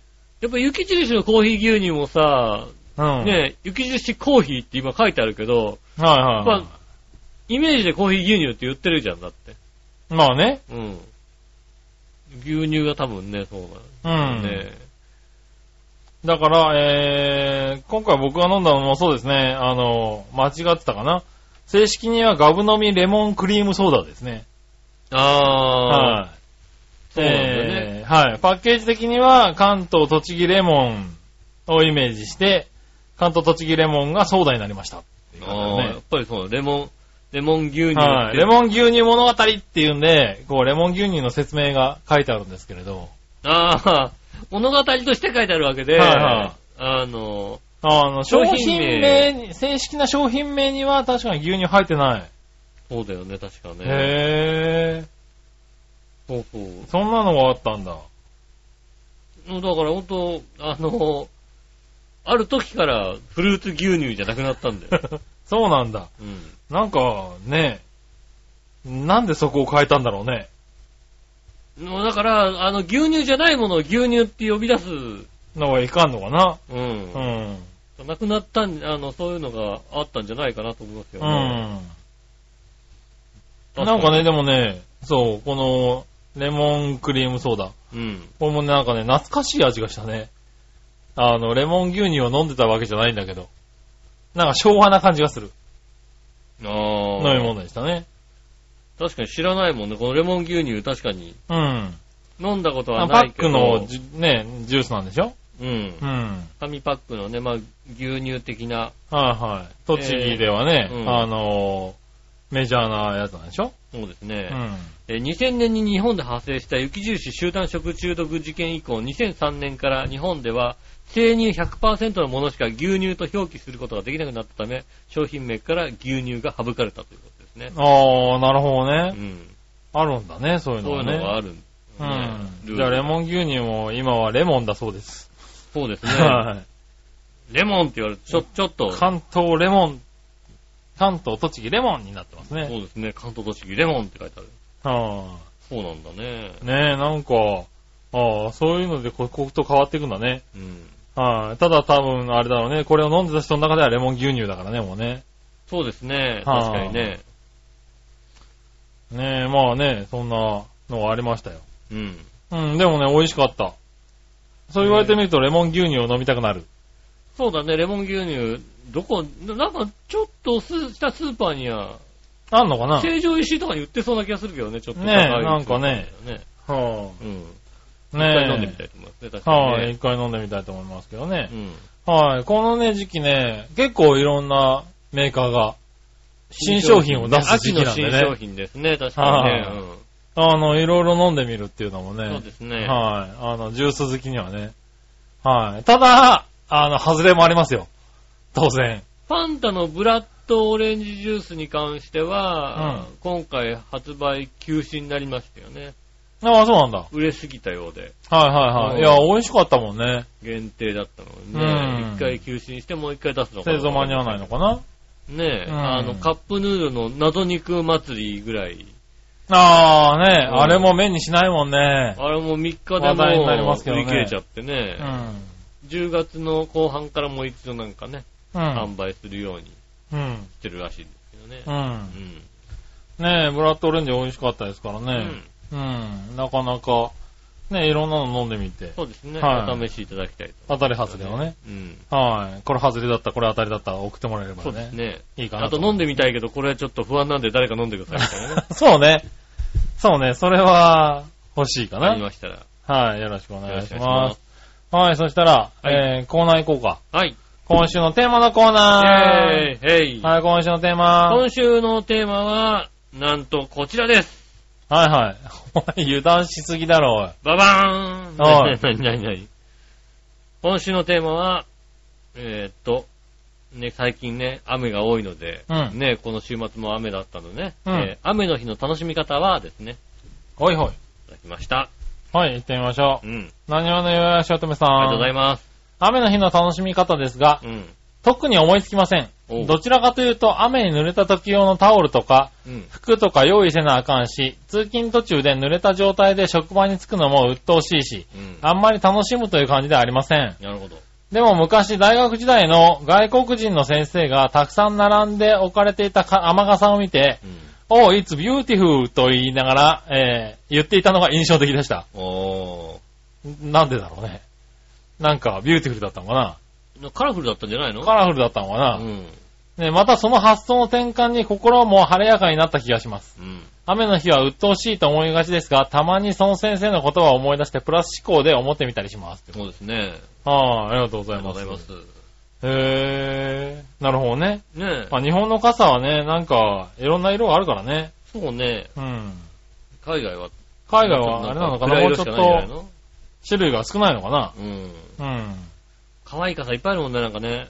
B: やっぱ雪印のコーヒー牛乳もさ、
C: うん。
B: ねえ、雪印コーヒーって今書いてあるけど、
C: はいはい
B: ま
C: は
B: あ、イメージでコーヒー牛乳って言ってるじゃん、だって。
C: い。まあね。
B: うん。牛乳が多分ね、そう
C: う
B: なん
C: ん。
B: だよね。
C: だから、えー、今回僕が飲んだのもそうですね。あの、間違ってたかな。正式にはガブ飲みレモンクリームソーダですね。
B: ああ、
C: はい。
B: そうなんだよね。
C: えーはい。パッケージ的には、関東栃木レモンをイメージして、関東栃木レモンがソーダになりました。っていう感じだ
B: あ
C: よ
B: あ
C: ね
B: やっぱりそう、レモン、レモン牛乳っ
C: はい。
B: て。
C: レモン牛乳物語っていうんで、こう、レモン牛乳の説明が書いてあるんですけれど、
B: ああ、物語として書いてあるわけで、
C: はいはい
B: あの、
C: あの、商
B: 商品
C: 品
B: 名
C: 名に、正式な商品名には確かに牛乳入ってない。
B: そうだよね、確かね。
C: へぇ
B: そうそう。
C: ー。そんなのがあったんだ。
B: もうだから本当、あの、ある時からフルーツ牛乳じゃなくなったんだよ。
C: そうなんだ。
B: うん。
C: なんか、ね、なんでそこを変えたんだろうね。
B: もうだから、あの、牛乳じゃないものを牛乳って呼び出す、うん。
C: のがいかんのかな。うん。
B: なくなったん、あの、そういうのがあったんじゃないかなと思いますよ
C: う
B: ね。
C: ん。
B: 確
C: なんかね、、でもね、そう、この、レモンクリームソーダ。
B: うん。
C: これもね、なんかね、懐かしい味がしたね。あの、レモン牛乳を飲んでたわけじゃないんだけど。なんか昭和な感じがする。
B: あ
C: 飲
B: あ。
C: み物でしたね。
B: 確かに知らないもんね。このレモン牛乳、確かに。
C: うん。
B: 飲んだことは
C: パ
B: ない
C: ッ
B: けど。
C: クのじゅ、ね、ジュースなんでしょ
B: うん。
C: うん。
B: 紙パックのね、まあ、牛乳的な。
C: はいはい。栃木ではね、
B: えーうん
C: あのー、メジャーなやつなんでしょ
B: そうです
C: う
B: ね。
C: ん。
B: えー2000年に日本で発生した雪印集団食中毒事件以降、2003年から日本では、生乳100%のものしか牛乳と表記することができなくなったため、商品名から牛乳が省かれたということですね。
C: あー、なるほど
B: う
C: ね。
B: ん。
C: あるんだね、そういうの
B: そういう
C: は
B: のが
C: ね。
B: あるんです
C: う
B: ね、
C: ん。じゃあ、レ
B: ン。
C: モン牛乳も今はレモンだそうです。
B: そうですね。
C: はい。
B: レモンって言われると、ちょ、ちょっと、そ
C: 関東レモン、関東栃木レモンになってますね。
B: うですね、関東栃木レモンって書いてある。
C: は
B: そうなんだね。
C: あ、ねえ、なんか、ああ、そういうので刻々と変わっていくんだね。
B: うん。
C: はい、ただ多分、あれだろうね、これを飲んでた人の中ではレモン牛乳だからね、もうね。
B: そうですね、
C: はあ
B: 確かにね。
C: ねえ、まあね、そんなのがありましたよ。
B: うん。
C: うん、でもね、美味しかった。そう言われてみると、レモン牛乳を飲みたくなる。
B: そうだね、レモン牛乳、どこ、ななんか、ちょっとす、したスーパーには、
C: あんのかな
B: 成城石井とかに売ってそうな気がするけどね、ちょっと高い
C: ねえなんかね
B: ね。
C: は
B: うん。一
C: あ。
B: 回
C: ね
B: 飲んでみたいと思いますね、確かに、ね。
C: はい、一回飲んでみたいと思いますけどね
B: う。ん。
C: はい、このね、時期ね、結構いろんなメーカーが新商品を出す時期なんで
B: 秋の新商
C: ね。
B: 品ですね、確かにね
C: は。あの、いろいろ飲んでみるっていうのも
B: うん、そう
C: ね。
B: ですね。
C: はい、あの、ジュース好きにはね。はい。ただ、あの、外れもありますよ。当然。
B: パンタのブラッドオレンジジュースに関しては、
C: う
B: 今回発売休止になりましたよね。
C: ああ、そうなんだ。
B: 売れすぎたようで、
C: はいはいはい。いや、美味しかったもんね。
B: 限定だったのに
C: う
B: ね、
C: ん
B: 一回休止にしてもう一回出すのか
C: 製造間に合わないのかな
B: ねえ、
C: うん
B: あの、カップヌードルの謎肉祭りぐらい、
C: ああね、
B: うん
C: あれも目にしないもんね。
B: あれも3日で
C: 話題になり
B: も
C: ま
B: う
C: すけ
B: 売
C: どね
B: り切れちゃってね
C: う、ん。
B: 10月の後半からもう一度なんかね、
C: うん。
B: 販売するようにし
C: うん。
B: てるらしいんですけどね
C: う。ん
B: う。ん。
C: ねえ、ブラッドオレンジ美味しかったですから
B: う
C: ね
B: ん。
C: うん。なかなか、ねいろんなの飲んでみて。
B: そうですね、
C: はい
B: お試しいただきたい
C: 当たり
B: と。
C: 外れをね。。
B: うん。
C: はい。これ外れだった、これ当たりだった、送ってもらえれば
B: そうです
C: ね。
B: ね。
C: いいかな。
B: あと飲んでみたいけど、これはちょっと不安なんで誰か飲んでくださいみたいなね。
C: そうね。そうね。それは、欲しいか
B: あり
C: な。
B: ましたら。
C: はい。よろしくお
B: よろ
C: 願い
B: し
C: し
B: くお願いしま
C: ますす。はい。そしたら、
B: はい
C: えーコーナー行こうか。
B: はい。
C: 今週のテーマのコーナー。
B: イェーイへい
C: はい、今週のテーマ。はい
B: 今週のテーマは、なんとこちらです。
C: はい。 お前油断しすぎだろ、おい。
B: ババーン
C: お い
B: なになになに今週のテーマは、えーっと、ね、最近ね、雨が多いので、
C: うん
B: ね、この週末も雨だったのでね、
C: うん
B: えー雨の日の楽しみ方はですね、
C: ほいほい。
B: いただきました。
C: はい、行ってみましょ
B: うん。
C: う。何話のよやしおとめさん。
B: ありがとうございます。
C: 雨の日の楽しみ方ですが、
B: うん。
C: 特に思いつきません。
B: おう
C: どちらかというと、雨に濡れた時用のタオルとか、
B: うん。
C: 服とか用意せなあかんし、通勤途中で濡れた状態で職場に着くのも鬱陶しいし、
B: うん。
C: あんまり楽しむという感じではありません。
B: なるほど。
C: でも昔大学時代の外国人の先生がたくさん並んで置かれていたか雨傘を見て、
B: うん。
C: Oh, it's beautiful と言いながら、えー言っていたのが印象的でした。
B: お
C: なんでだろうね。なんか、ビューティフルだったのかな
B: ー。カラフルだったんじゃないの
C: カラフルだったのかな、
B: うん。
C: ね、またその発想の転換に心も晴れやかになった気がします。
B: うん。
C: 雨の日は鬱陶しいと思いがちですが、たまにその先生の言葉を思い出してプラス思考で思ってみたりします。
B: そうですね。
C: ああー、ありがとうご
B: あり
C: ざ
B: が
C: い
B: とう
C: ま
B: ご
C: す。
B: ざいます。
C: へえ、なるほどね。
B: ねえ。
C: あ日本の傘はね、なんか、いろんな色があるからね。
B: そうね。
C: うん。
B: 海外は。
C: 海外はあれなのかなも
B: も
C: う
B: う
C: ち
B: ち
C: ょ
B: ょ
C: っ
B: っと
C: と。種類が少ないのかな
B: うん。
C: うん。
B: 可愛い傘いっぱいあるもんね、なんかね。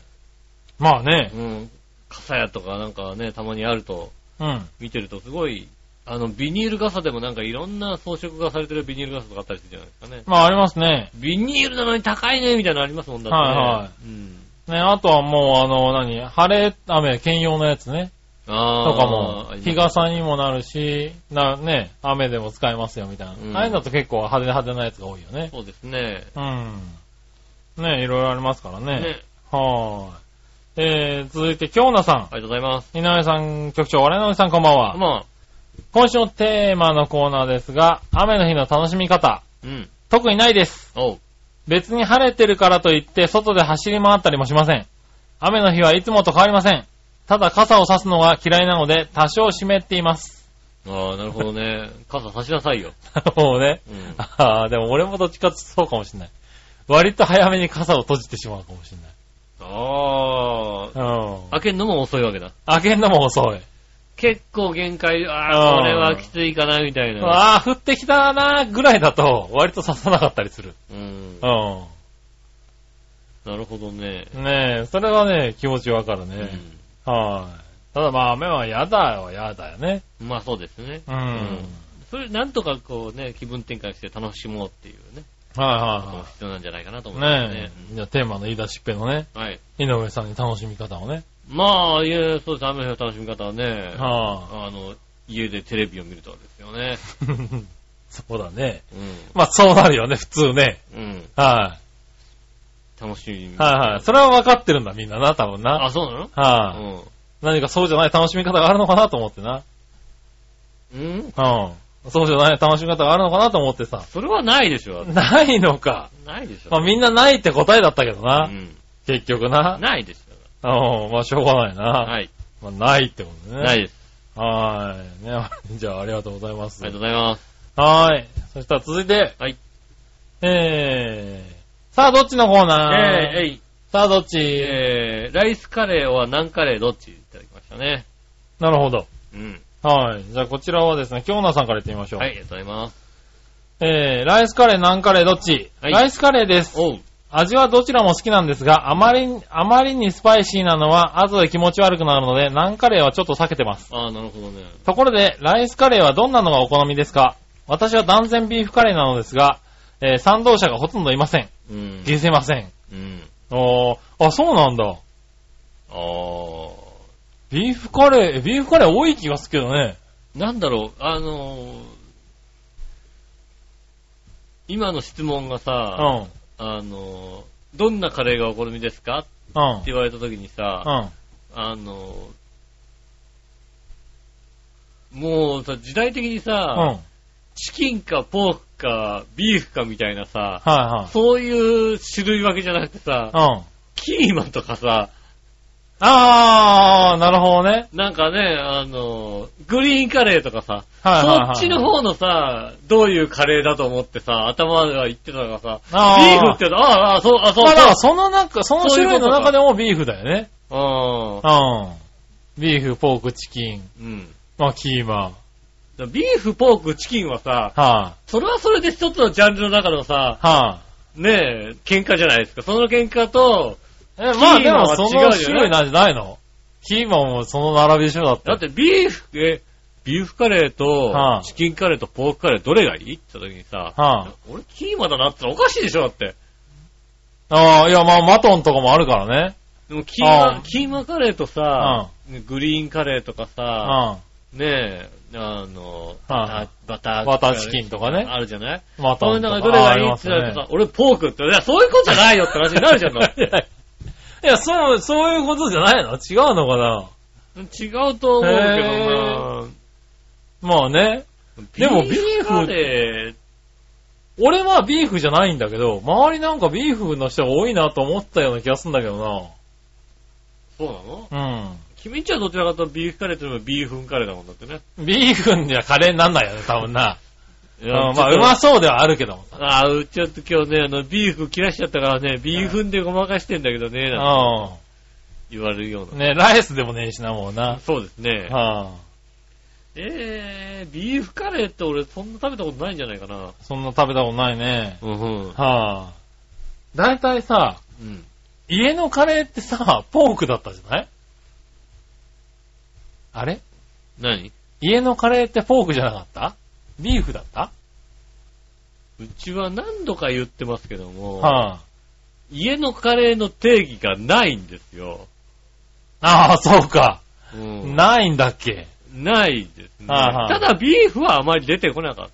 C: まあね。
B: うん。傘屋とかなんかね、たまにあると、
C: うん。
B: 見てるとすごい、あの、ビニール傘でもなんかいろんな装飾がされてるビニール傘とかあったりするじゃないですかね。
C: まあありますね。
B: ビニールなのに高いね、みたいなのありますもんだってね。。
C: はいはい
B: うん。
C: ね、あとはもうあの、何晴れ、雨兼用のやつね。と
B: ああ。
C: かも
B: あ、ります
C: 日傘にもなるし、な、ね、雨でも使えますよみたいな。
B: うん
C: ああいうのだと結構派手派手なやつが多いよね。
B: そうですね。
C: うん。ね、いろいろありますからね。
B: ね。
C: はーい。えー、続いて、京奈さん。
B: ありがとうございます。
C: 井上さん、局長、我々のおじさんこんばんは。
B: まあ、
C: 今週のテーマのコーナーですが、雨の日の楽しみ方、
B: うん。
C: 特にないです。
B: おう。
C: 別に晴れてるからといって、外で走り回ったりもしません。雨の日はいつもと変わりません。ただ傘を差すのが嫌いなので、多少湿っています。
B: ああ、なるほど ね。傘差しなさいよ。
C: もうね。
B: うん。
C: ああ、でも俺もどっちかってそうかもしれない。割と早めに傘を閉じてしまうかもしれ
B: ああ。
C: ない。うん。
B: 開けるのも遅いわけだ。
C: 開けんのも遅い。
B: 結構限界、ああ、
C: うん
B: これはきついかな、みたいな。
C: ああ、降ってきたなーぐらいだと、割と刺さなかったりする。
B: うん。
C: うん。
B: なるほどね。
C: ねえ、それはね、気持ちわかるね。はい。ただまあ、雨はやだよ、やだよね。
B: うんまあそうですね。
C: うん。はい
B: それ、なんとかこうね、気分転換して楽しもうっていうね、ことも
C: は
B: 必要なんじゃないかなと
C: い
B: 思いま
C: はい。
B: すね
C: ね。え、じゃあテーマの言い出しっぺのね、
B: うんはい。
C: 井上さんに楽しみ方をね。
B: まあ、いえ、そうです。雨の日の楽しみ方はね、
C: は
B: あの、家でテレビを見るとかですよね。
C: い。 そうだね。
B: う
C: まあ、そうなるよね、普通ね。
B: ん。うん。
C: は
B: 楽しみ
C: い。。はいはい。それはわかってるんだ、みんなな、多分な。
B: あ、そうなの
C: はい。何かそうじゃない楽しみ方があるのかなと思ってな。
B: うん。うん
C: うん。そうじゃない楽しみ方があるのかなと思ってさ。
B: それはないでしょ。
C: ないのか。
B: ないでしょ。
C: まあ、みんなないって答えだったけどな。
B: うん。
C: 結局な。
B: ないですよ。
C: うん、まあしょうがないな。
B: はい。
C: まあないってことね。
B: ないです。
C: はーい。ね、 じゃあありがとうございます。
B: ありがとうございます。
C: はーい。そしたら続いて。
B: はい。
C: えー。さあ、どっちのコー
B: え
C: ナー
B: ー、えい、
C: さあ、どっち、
B: えー、ライスカレーは何カレーどっちいただきましたね。
C: なるほど。
B: うん。
C: はい。じゃあ、こちらはですね、京奈さんから言ってみましょう。
B: はい、ありがとうございます。
C: えー、ライスカレー、何カレー、どっち、
B: はい
C: ライスカレーです。
B: おう。
C: 味はどちらも好きなんですが、あまりに、あまりにスパイシーなのは、後で気持ち悪くなるので、何カレーはちょっと避けてます。
B: ああ、なるほどね。
C: ところで、ライスカレーはどんなのがお好みですか私は断然ビーフカレーなのですが、えー、賛同者がほとんどいません。
B: うん。
C: 消せません。
B: うん。
C: おー、あ、そうなんだ。
B: ああ。
C: ビーフカレー、ビーフカレー多い気がするけどね。
B: なんだろう、あのー今の質問が
C: うん。
B: さ、
C: うん。
B: あのーどんなカレーがお好みですかって
C: うん。
B: 言われた時にさ、
C: うん。
B: あのーもうさ、時代的にさ、
C: はい
B: チキンかポークかビーフかみたいなさ、
C: は
B: そういう種類分けじゃなくてさ
C: い。、うん。
B: キーマンとかさ、
C: あー、なるほどね。
B: なんかね、あのーグリーンカレーとかさ、
C: はいはい、
B: そ
C: はい。
B: っちの方のさ、どういうカレーだと思ってさ、頭が言ってたのがさ、ビ
C: あー
B: ーフって言うと、ああ、あそう、あそう、
C: まあだ
B: そ
C: か
B: う
C: らその中、その種類の中でもビーフだよね。
B: う
C: うん。ビーフ、ポーク、チキン、
B: ん。うん。
C: まあキーマン。
B: だからビーフ、ポーク、チキンはさ、
C: は
B: それはそれで一つのジャンルの中のさ
C: あ、、はあ。
B: ねえ、喧嘩じゃないですか。その喧嘩と、
C: え、まあ
B: キー
C: で
B: マン
C: も
B: は
C: そ
B: 違
C: の
B: うよね
C: 種類なんじゃないのキーマンもその並びでしょだって。
B: だってビーフ、え、ビーフカレー
C: は
B: と
C: あ、
B: チキンカレーとポークカレーどれがいいって言った時にさ、
C: はあ
B: 俺キーマだなって言ったらおかしいでしょだって。
C: ああ、いやまあマトンとかもあるからね。
B: でもキーマ
C: あ、ー
B: キーマカレーとさ、グリーンカレーとか
C: う
B: さ、
C: ん。
B: ねえ、あの、
C: はい
B: バター、
C: バターチキンとかね
B: あるじゃない
C: マ
B: そ
C: ト
B: の
C: ンと
B: 中でどれ
C: か。
B: がい
C: ああり
B: い
C: ま
B: って
C: す
B: 言われ
C: ね
B: てさ、俺ポークって、いや、そういうことじゃないよって話になる じゃんの。
C: いや、そう、そういうことじゃないの違うのかな
B: 違うと思うけどな
C: まあね。でもビーフ
B: カレー、
C: 俺はビーフじゃないんだけど、周りなんかビーフの人が多いなと思ったような気がするんだけど
B: そうなの
C: な。
B: 君んちはどちらかというとビーフカレーというのはビーフンカレーだもんだってね。
C: うん。ビーフにはカレーになんないよね、多分な。
B: い
C: うん、まあ、うまそうではあるけどもさ。
B: ああ、うちょっと今日ね、あの、ビーフ切らしちゃったからね、ビーフンでごまかしてんだけどね、なんて
C: う。
B: 言われるようん
C: ね、ライスでもねえしな、もう
B: な。
C: な。
B: そうですね。
C: は
B: えー、ビーフカレーって俺そんな食べたことないんじゃないかな。
C: あ、そんな食べたことないね。
B: うんうん。
C: はあ。だいたいさ、
B: うん。
C: 家のカレーってさ、ポークだったじゃないあれ
B: 何
C: 家のカレーってポークじゃなかったビーフだった
B: うちは何度か言ってますけども、
C: は
B: 家のカレーの定義がないんですよ。
C: あ。ああ、そうか。
B: うん、
C: ないんだっけ
B: ないですね。
C: はいは
B: た
C: い
B: だビーフはあまり出てこなかっ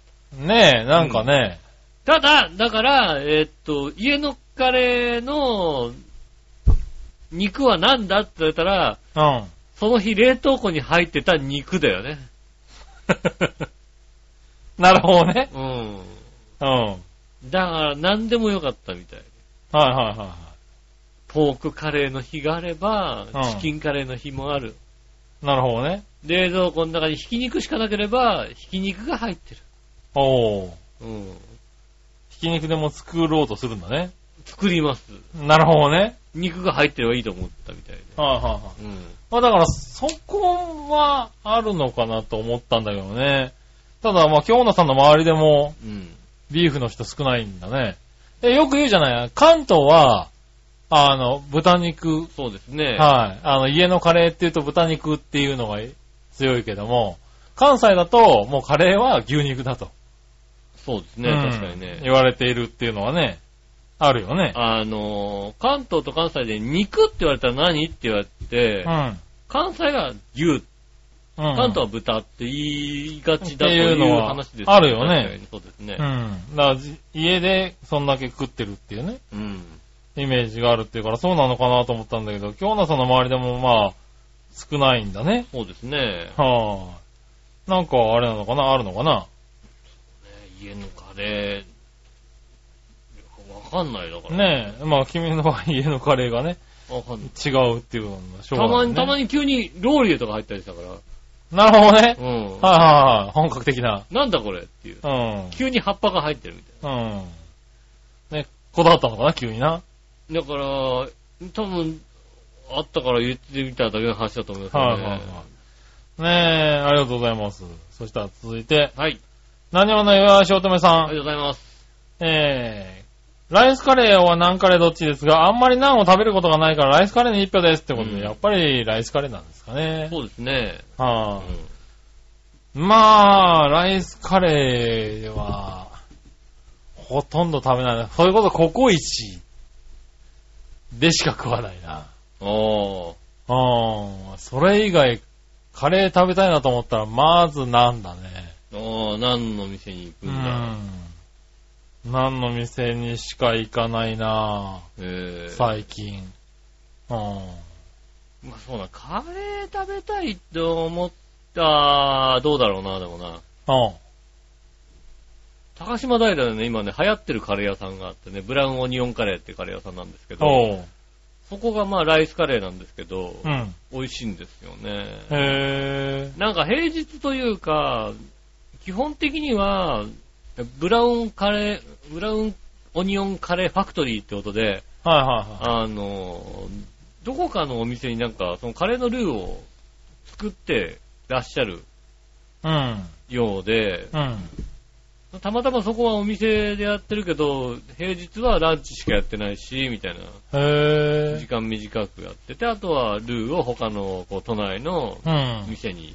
C: ねえ、なんかね。
B: た。ただ、だから、えーっと、家のカレーの肉は何だって言ったら、
C: うん。
B: その日冷凍庫に入ってた肉だ よね。
C: なるほどね。
B: うん。
C: うん。はい
B: だから何でもよかったみたい。
C: はいは
B: ポークカレーの日があれば
C: うん、
B: チキンカレーの日もある。
C: い。なるほどね。
B: 冷蔵庫の中にひき肉しかなければ、ひき肉が入ってる。
C: おー。
B: うん。
C: ひき肉でも作ろうとするんだね。
B: 作ります。
C: なるほどね。
B: 肉が入ってればいいと思ったみたいで。
C: はいはいはい。
B: うん。
C: まあだから、そこはあるのかなと思ったんだけどね。ただまあ、京奈さんの周りでも、
B: うん。
C: ビーフの人少ないんだね。え、よく言うじゃない関東は、あの、豚肉、
B: そうですね。
C: はい。あの、家のカレーって言うと豚肉っていうのが強いけども、関西だと、もうカレーは牛肉だと。
B: そうですね、
C: うん
B: 確かにね。
C: 言われているっていうのはね、あるよね。
B: あのー、関東と関西で肉って言われたら何って言われて、
C: うん。
B: 関西が牛、
C: うん
B: 関東は豚って言いがちだと
C: ってい
B: いう
C: の
B: う
C: は
B: 話です、
C: あるよね
B: 確かに。そうですね
C: う。ん。だからじ家でそんだけ食ってるっていうね、
B: うん。
C: イメージがあるっていうからそうなのかなと思ったんだけど、京奈さんの周りでもまあ、少ないんだね。
B: そうですね。
C: はあ。なんかあれなのかなあるのかな
B: ね家のカレー、わかんないだから。
C: ねえ、まあ君の場合家のカレーがね、
B: わかんない。
C: 違うっていうのはしょう
B: たま
C: がない、
B: に、
C: ね。
B: たま
C: に、
B: に急にローリエとか入ったりしたから。
C: なるほどね。
B: うん。
C: はいはいはい。本格的な。
B: なんだこれっていう。
C: うん。
B: 急に葉っぱが入ってるみた
C: うん。ね、こだわったのかな、急にな。
B: いな。だから、多分、あったから言ってみただけの話だと思いますけど
C: はい
B: ね。
C: はいはい。ねえ、ありがとうございます。そしたら続いて、
B: はい。
C: 何わの岩橋乙女
B: あ
C: さ
B: りがと
C: ん。
B: うございます。
C: えー、ライスカレーはナンカレーどっちですが、あんまりナンを食べることがないからライスカレーに一票ですってことで、
B: うん
C: やっぱりライスカレーなんですかね。
B: そうですね。う
C: はあ、
B: ん。
C: まあ、ライスカレーは、ほとんど食べないな。それこそココイチでしか食わないな。
B: あ
C: うん。それ以外、カレー食べたいなと思ったら、まずなんだね。
B: あ。ああ、何の店に行く
C: うん
B: だ。
C: ん。何の店にしか行かないな
B: ええ
C: 最近。う
B: ま
C: ん。
B: あそうな、カレー食べたいと思った、どうだろうな、でもな。
C: うん。
B: 高島平でね、今ね、流行ってるカレー屋さんがあってね、ブラウンオニオンカレーってカレー屋さんなんですけど、
C: おう。
B: そこがまあライスカレーなんですけど、
C: うん。
B: 美味しいんですよね。
C: へ
B: なんか平日というか、基本的には、ブラウンカレー、ブラウンオニオンカレーファクトリーってことで、
C: ー。はいはいはい。
B: あの、どこかのお店になんか、そのカレーのルーを作ってらっしゃる
C: うん。
B: ようで、
C: うん。
B: たまたまそこはお店でやってるけど、平日はランチしかやってないし、みたいな。
C: へ
B: 時間短くやってて、あとはルーを他のこう都内の
C: ー。うん。
B: 店に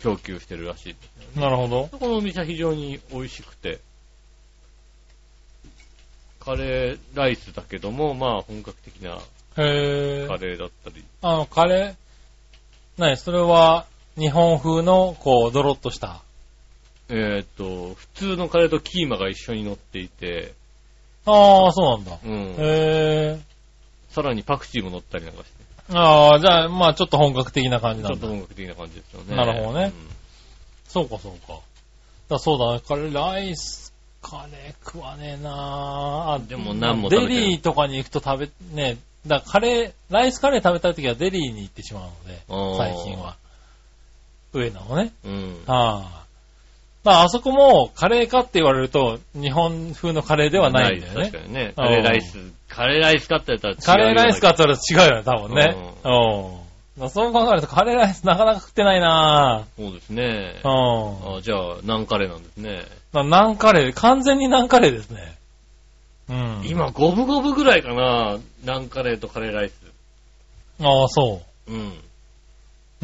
B: 供給してるらしい。
C: なるほど。
B: そこのお店は非常に美味しくて、カレーライスだけども、まあ本格的な
C: へ
B: カ
C: ー。
B: レーだったり、
C: あの、カレー何それは、日本風の、こう、ドロッとした。
B: えーっと、普通のカレーとキーマが一緒に乗っていて、
C: ああ、そうなんだ。
B: うん。
C: へえ。
B: さらにパクチーも乗ったりなんかして、
C: ああ、じゃあ、まあちょっと本格的な感じ
B: ち
C: な
B: ょっ
C: んだ
B: と。本格的な感じですよね。
C: なるほどねそうか、そうか。だそうだね。カレー、ライス、カレー食わねえなあ
B: でも何も食べてない
C: デリーとかに行くと食べ、ねだからカレー、ライスカレー食べたいときはデリーに行ってしまうので、
B: うん。
C: 最近は。上野のね。
B: あー。うん。
C: ああ。まあ、あそこもカレーかって言われると、日本風のカレーではないんだよ
B: 確
C: ね
B: か。にね。カレーライス、カレーライスかってやったら違うよ
C: カレーライスかって言ったら違うよね、多分ね。
B: う
C: うん。そう考えると、カレーライスなかなか食ってないな
B: そうですね。
C: ぁ。う
B: あじゃあ、何カレーなんですね。
C: ん。なナンカレー、完全にナンカレーですね。うん。。
B: 今、五分五分ぐらいかな。何カレーとカレーライス。
C: ああ、そ
B: うん。
C: う。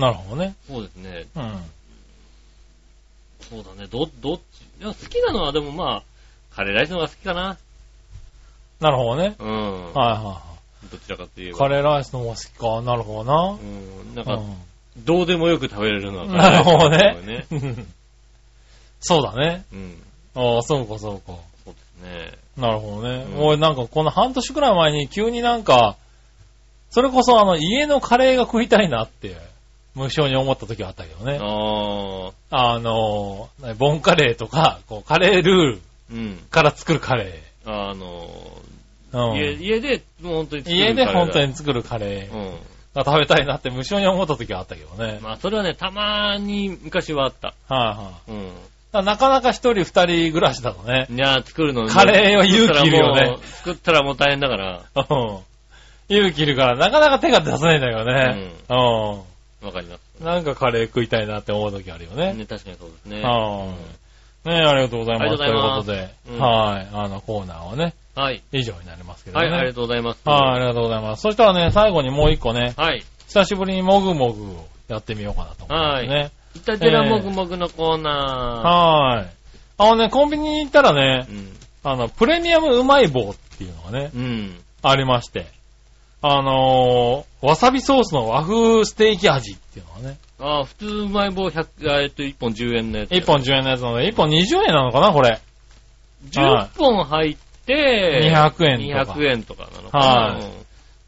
C: なるほどね。
B: そうですね。
C: うん。
B: そうだね。ど、どっち。いや好きなのは、でもまあ、カレーライスの方が好きかな。
C: なるほどね。
B: うん。
C: はいは
B: どちらかって言え
C: いはい。
B: ば。
C: カレーライスの方が好きか。なるほど
B: うん。なん
C: な。
B: か、
C: う
B: どうでもよく食べれるのは
C: ん。なるほど
B: カレーライスの方が
C: ね。 そうだね。
B: うん。
C: ああ、そうかそうか。
B: そうですね。
C: なるほどね。
B: うん
C: 俺なんかこの半年くらい前に急になんか、それこそあの家のカレーが食いたいなって、無性に思った時はあったけどね。
B: ああ。
C: あの、ボンカレーとか、こうカレールール
B: うん。
C: から作るカレ
B: あの、
C: ー。うん
B: 家家で、もう本当に作る
C: 家で本当に
B: カ
C: 作るカレ
B: レー
C: ー
B: だ。うん。
C: が食べたいなって無性に思った時はあったけどね。
B: まあ、それはね、たまに昔はあった。
C: はいはい
B: うん。
C: だからなかなか一人二人暮らしだとね。
B: いや、作るのに
C: カレーは勇気いるよね
B: 作ったらもう。作ったらもう大変だから。
C: うん勇気いるからなかなか手が出せないんだよね。うん
B: わかります。
C: なんかカレー食いたいなって思う時あるよね。
B: ね、確かにそうですね。
C: はあ。ねえ、ありがとうございます。
B: ありがとうございます
C: ということで、
B: うん
C: はい。あの、コーナーはね、
B: はい。
C: 以上になりますけど
B: は
C: ね。
B: い、ありがとうございます。
C: はいありがとうございます。そしたらね、最後にもう一個ね、
B: はい。
C: 久しぶりにもぐもぐをやってみようかなと思いますね。
B: いたてらもぐもぐのコーナ
C: はい。あのね、コンビニに行ったらね
B: ー。う、ん。
C: あの、プレミアムうまい棒っていうのがね、
B: うん。
C: ありまして、あのーわさびソースの和風ステーキ味っていうのがね、
B: ああ、普通うまい棒100、あえっと、1本10円のやつ。
C: 1本10円のやつなので、1本20円なのかな、これ。はい
B: 10本入って、
C: 200円とか
B: 200円とかなのか
C: は
B: な。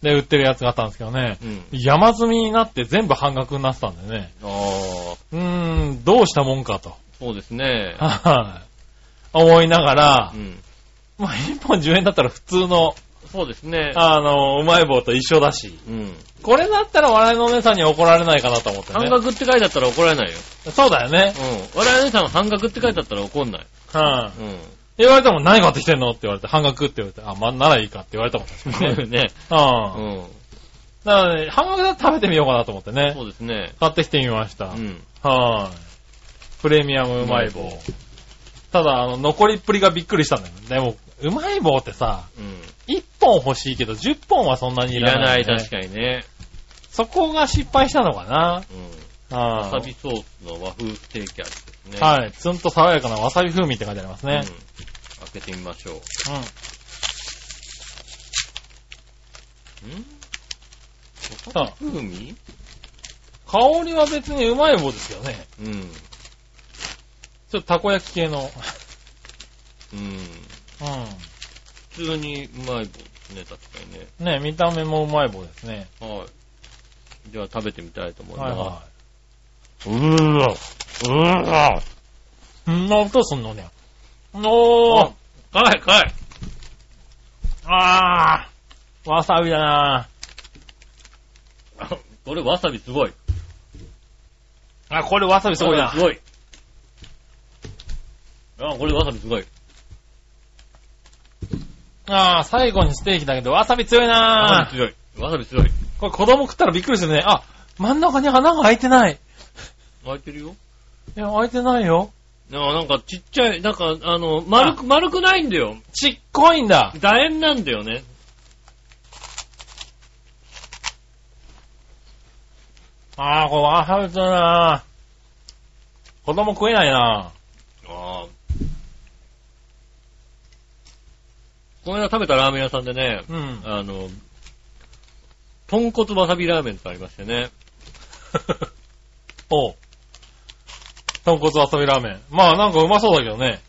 C: で、売ってるやつがあったんですけどね。
B: い。うん。
C: 山積みになって全部半額になってたんでね。
B: ああ、
C: うーん、どうしたもんかと。
B: そうですね。
C: はい。思いながら
B: う、ん。
C: まあ、1本10円だったら普通の、
B: そうですね。
C: あの、うまい棒と一緒だし。
B: うん。
C: これだったら笑いのお姉さんには怒られないかなと思って
B: 半
C: ね。
B: 額って書いてあったら怒られないよ。
C: そうだよね。
B: うん。我々のさんは半額って書いてあったら怒んない。
C: うん。
B: うん。
C: 言われても何買ってきてんのって言われて、半額って言われて、あ、まあ、ならいいかって言われたもん確かに ね。
B: ね。
C: うん。
B: うん。
C: だからね、半額だったら食べてみようかなと思ってね。
B: そうですね。
C: 買ってきてみました。
B: うん。
C: はーい。プレミアムうまいう
B: ま
C: 棒
B: い棒。
C: ただ、あの、残りっぷりがびっくりしたんだよね。でも、うまい棒ってさ、
B: うん。
C: 1本欲しいけど、10本はそんなにい
B: い
C: ら
B: ら
C: な、
B: ないい、確かにね。
C: そこが失敗したのかな。
B: うん。
C: あ
B: わさびソースの和風ステーキ味ですね。
C: はい。ツンと爽やかなわさび風味って書いてあります
B: い
C: ね。
B: 開けてみましょう。
C: うん。
B: ん
C: さあ
B: 風味
C: 香りは別にうまい棒ですよね。
B: うん。うん。
C: ちょっとたこ焼き系の。う
B: 普通にうまい棒ですね、確かにね。
C: ん。ね、見た目もうまい棒ですね。
B: はい。じゃあ食べてみたいと思い
C: はい
B: ま
C: は
B: す。うーわ。うーわ。
C: い。んな音すんのね。おー
B: 辛い辛い。
C: あーわさびだな
B: あ これわさびすごい。
C: あ、これわさびすごい
B: わ
C: な
B: さび。すごい。あ、これわさびすごい。
C: あー最後にステーキだけど、わさび強いな
B: わさび強い。わさび強い。
C: これ子供食ったらびっくりするね。あ、真ん中に穴が開いてない。
B: 開いてるよ。
C: いや、開いてないよ。
B: ななんかちっちゃい、なんかあの、丸く、丸くないんだよ。
C: ちっこいんだ。
B: 楕円なんだよね。
C: あー、これわさび強いな子供食えないな
B: ああ。この間食べたラーメン屋さんでね、
C: うん。
B: あの、豚骨わさびラーメンってありまして ね。
C: おう。豚骨わさびラーメン。まあなんかうまそうだけどね。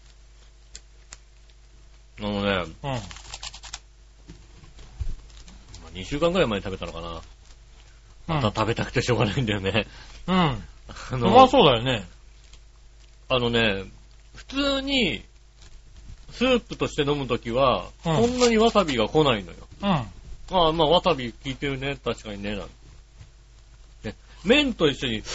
B: あのね、
C: うん。
B: 2週間くらい前に食べたのかな。
C: うん。
B: また食べたくてしょうがないんだよ ね。
C: うん。
B: あ
C: うま
B: の、
C: そうだよね。
B: あのね、普通に、スープとして飲むときは、
C: うん
B: そんなにわさびが来ないのよ。
C: うん。
B: ああ、まあ、わさび効いてるね、確かにね、なんてね麺と一緒に、って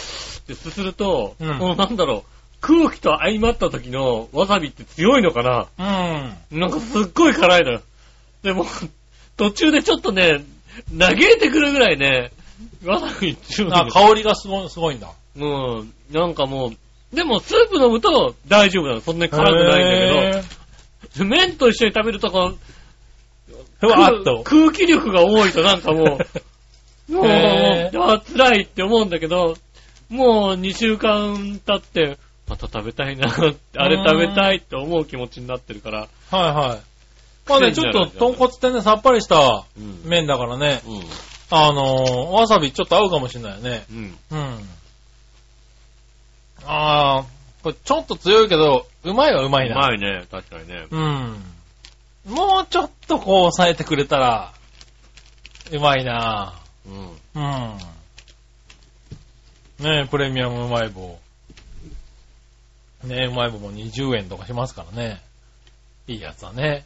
B: すすると、
C: うん
B: このなんだろう、空気と相まった時のわさびって強いのかな
C: うん。
B: なんかすっごい辛いのよ。でも、途中でちょっとね、嘆いてくるぐらいね、わさび強いの
C: あ、香りがすごい、すごいんだ。
B: うん、なんかもう、でもスープ飲むと大丈夫なの。そんなに辛くないんだ
C: だけど。
B: けど、麺と一緒に食べるとこの
C: ふわっと。
B: 空空気力が多いとなんかもう、 もう、
C: へー
B: あ辛いって思うんだけど、もう2週間経って、また食べたいな、あれ食べたいって思う気持ちになってるから。
C: はいはい。まあね、ちょっと豚骨ってね、さっぱりした
B: うん。
C: 麺だからね。
B: うん。
C: あのー、わさびちょっと合うかもしれないよね。
B: うん。
C: うん。あー、これちょっと強いけど、うまいはうまいうな。
B: まいね、確かにね。
C: うん。もうちょっとこう抑えてくれたら、うまいな
B: うん。
C: うん。ねえ、プレミアムうまい棒。ねえ、うまい棒も20円とかしますからね。いいやつだね。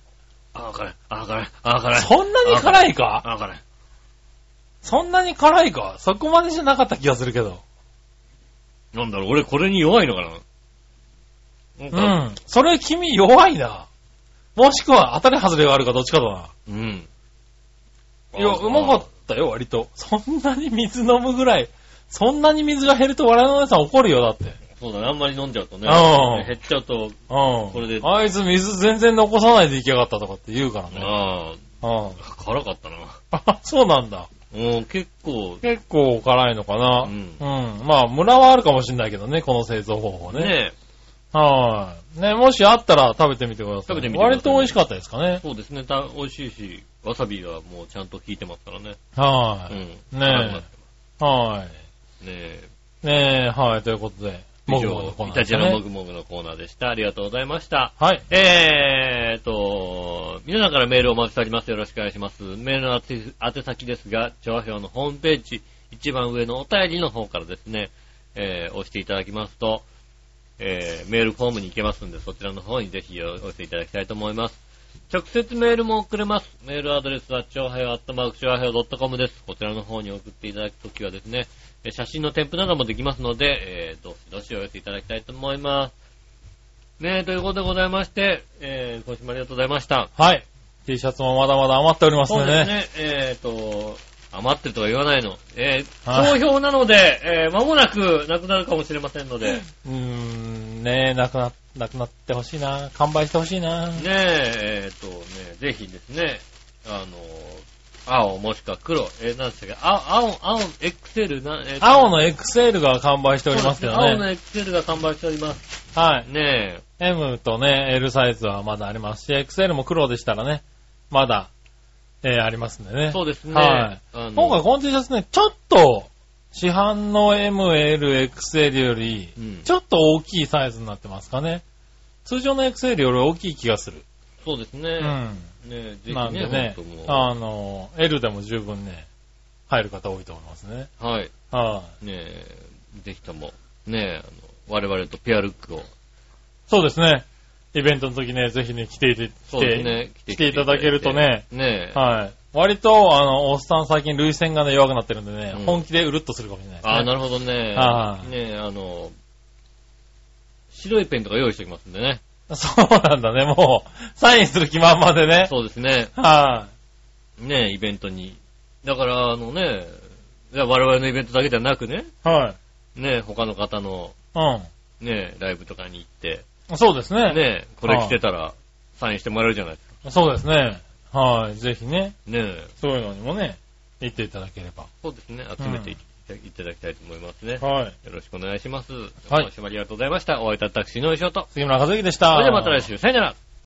B: あー辛い、あー辛い、あー辛い。
C: そんなに辛いか
B: あー辛い。
C: そんなに辛いかそこまでじゃなかった気がするけど。
B: なんだろう、俺これに弱いのかな
C: う
B: なんか
C: ん。それ君弱いな。もしくは当たり外れがあるかどっちかだな。
B: うん。
C: いや、うまかったよ、割と。そんなに水飲むぐらい。そんなに水が減ると笑いのお姉さん怒るよ、だって。
B: そうだね、あんまり飲んじゃうとね
C: うん。
B: 減っちゃうと、
C: うん。
B: これで
C: あいつ水全然残さないでいきやがったとかって言うからね。
B: あ
C: うん。
B: あ、辛かったな。
C: あ、そうなんだ。
B: うん、結構、
C: 結構辛いのかな。
B: うん
C: うん。まあ、ムラはあるかもしれないけどね、この製造方法ね。
B: ね
C: はい。ね、もしあったら食べてみてくださ
B: 食
C: い。
B: べてみてください
C: 割と美味しかったですかね。
B: そうですね、た美味しいし、わさびがもうちゃんと効いてますからね。
C: は
B: うん。
C: い。
B: ね
C: ねは
B: え。ね
C: い。ねえ、はい、ということで。
B: え。以上、イタジラもぐもぐのコーナーでした。ありがとうございました。
C: はい。
B: えーっと、皆さんからメールをお待ちしております。よろしくお願いします。メールの宛宛先ですが、調和表のホームページ、一番上のお便りの方からですね、えー押していただきますと、えーメールフォームに行けますんで、そちらの方にぜひお寄せいただきたいと思います。直接メールも送れます。メールアドレスは、超平和アットマーク超平和 .com です。こちらの方に送っていただくときはですね、えー写真の添付などもできますので、えー、どしどしお寄せいただきたいと思います。ねえ、ということでございまして、えー、今週もありがとうございました。
C: はい。T シャツもまだまだ余っております
B: そ
C: の
B: う
C: でね。
B: ですね、えーと、余ってるとは言わないの。えー、
C: は
B: 好評なので、えー、間もなくなくなるかもしれませんの で、
C: うーん、ねえ、なくな、なくなってほしいな。完売してほしいな。
B: ねえ、えっ、とね、ぜひですね、あの、青もしくは黒、えー、なんですか、青、青、青、XL、な、えーと
C: 青の XL が完売しておりますけど
B: そうです青の
C: ね。
B: XL が完売しております。
C: はい。
B: ね
C: M とね、L サイズはまだありますし、XL も黒でしたらね、まだ、えーありますんで
B: え、
C: ね。
B: そうですね。
C: はい
B: あの
C: 今回この T シャツね、ちょっと、市販の M、L、XL より
B: う、ん
C: ちょっと大きいサイズになってますかね。通常の XL より大きい気がする。
B: そうですね。
C: う
B: ね
C: ん。
B: え、ぜひ
C: なんで
B: ね、
C: ね
B: ほんとも、う
C: あの、L でも十分ね、入る方多いと思いますね。
B: はい。
C: はい。
B: ねえ、ぜひとも、ねえ、あの我々とペアルックを、
C: そうですね。イベントの時ね、ぜひね、来ていて、来
B: そうです
C: て、
B: ね、
C: 来ていただけるとね、
B: ねえ、
C: はい。割と、あの、おっさん最近、類線がね、弱くなってるんでね、
B: うん
C: 本気でうるっとするかもしれないですね。
B: ああ、なるほどね。
C: はい
B: ねえ、あの、白いペンとか用意しておきますんでね。
C: そうなんだね、もう、サインする気満々でね。
B: そうですね。
C: は
B: ねえ、イベントに。だから、あのね、いや我々のイベントだけじゃなくね、
C: い。はい。
B: ねえ、他の方の、
C: う
B: ねえ、ライブとかに行って、
C: ん。そうですね。
B: ねえ、これ着てたら、サインしてもらえるじゃないですか。
C: そうですね。はい。ぜひね、
B: ねえ、
C: そういうのにもね、行っていただければ。
B: そうですね、集めていただきたいと思いますね。
C: はい。
B: よろしくお願いします。
C: はい
B: 今週もありがとうございました。お会いいたたくしのいしょうと。
C: 杉村和之でした。
B: それではまた来週。さよなら。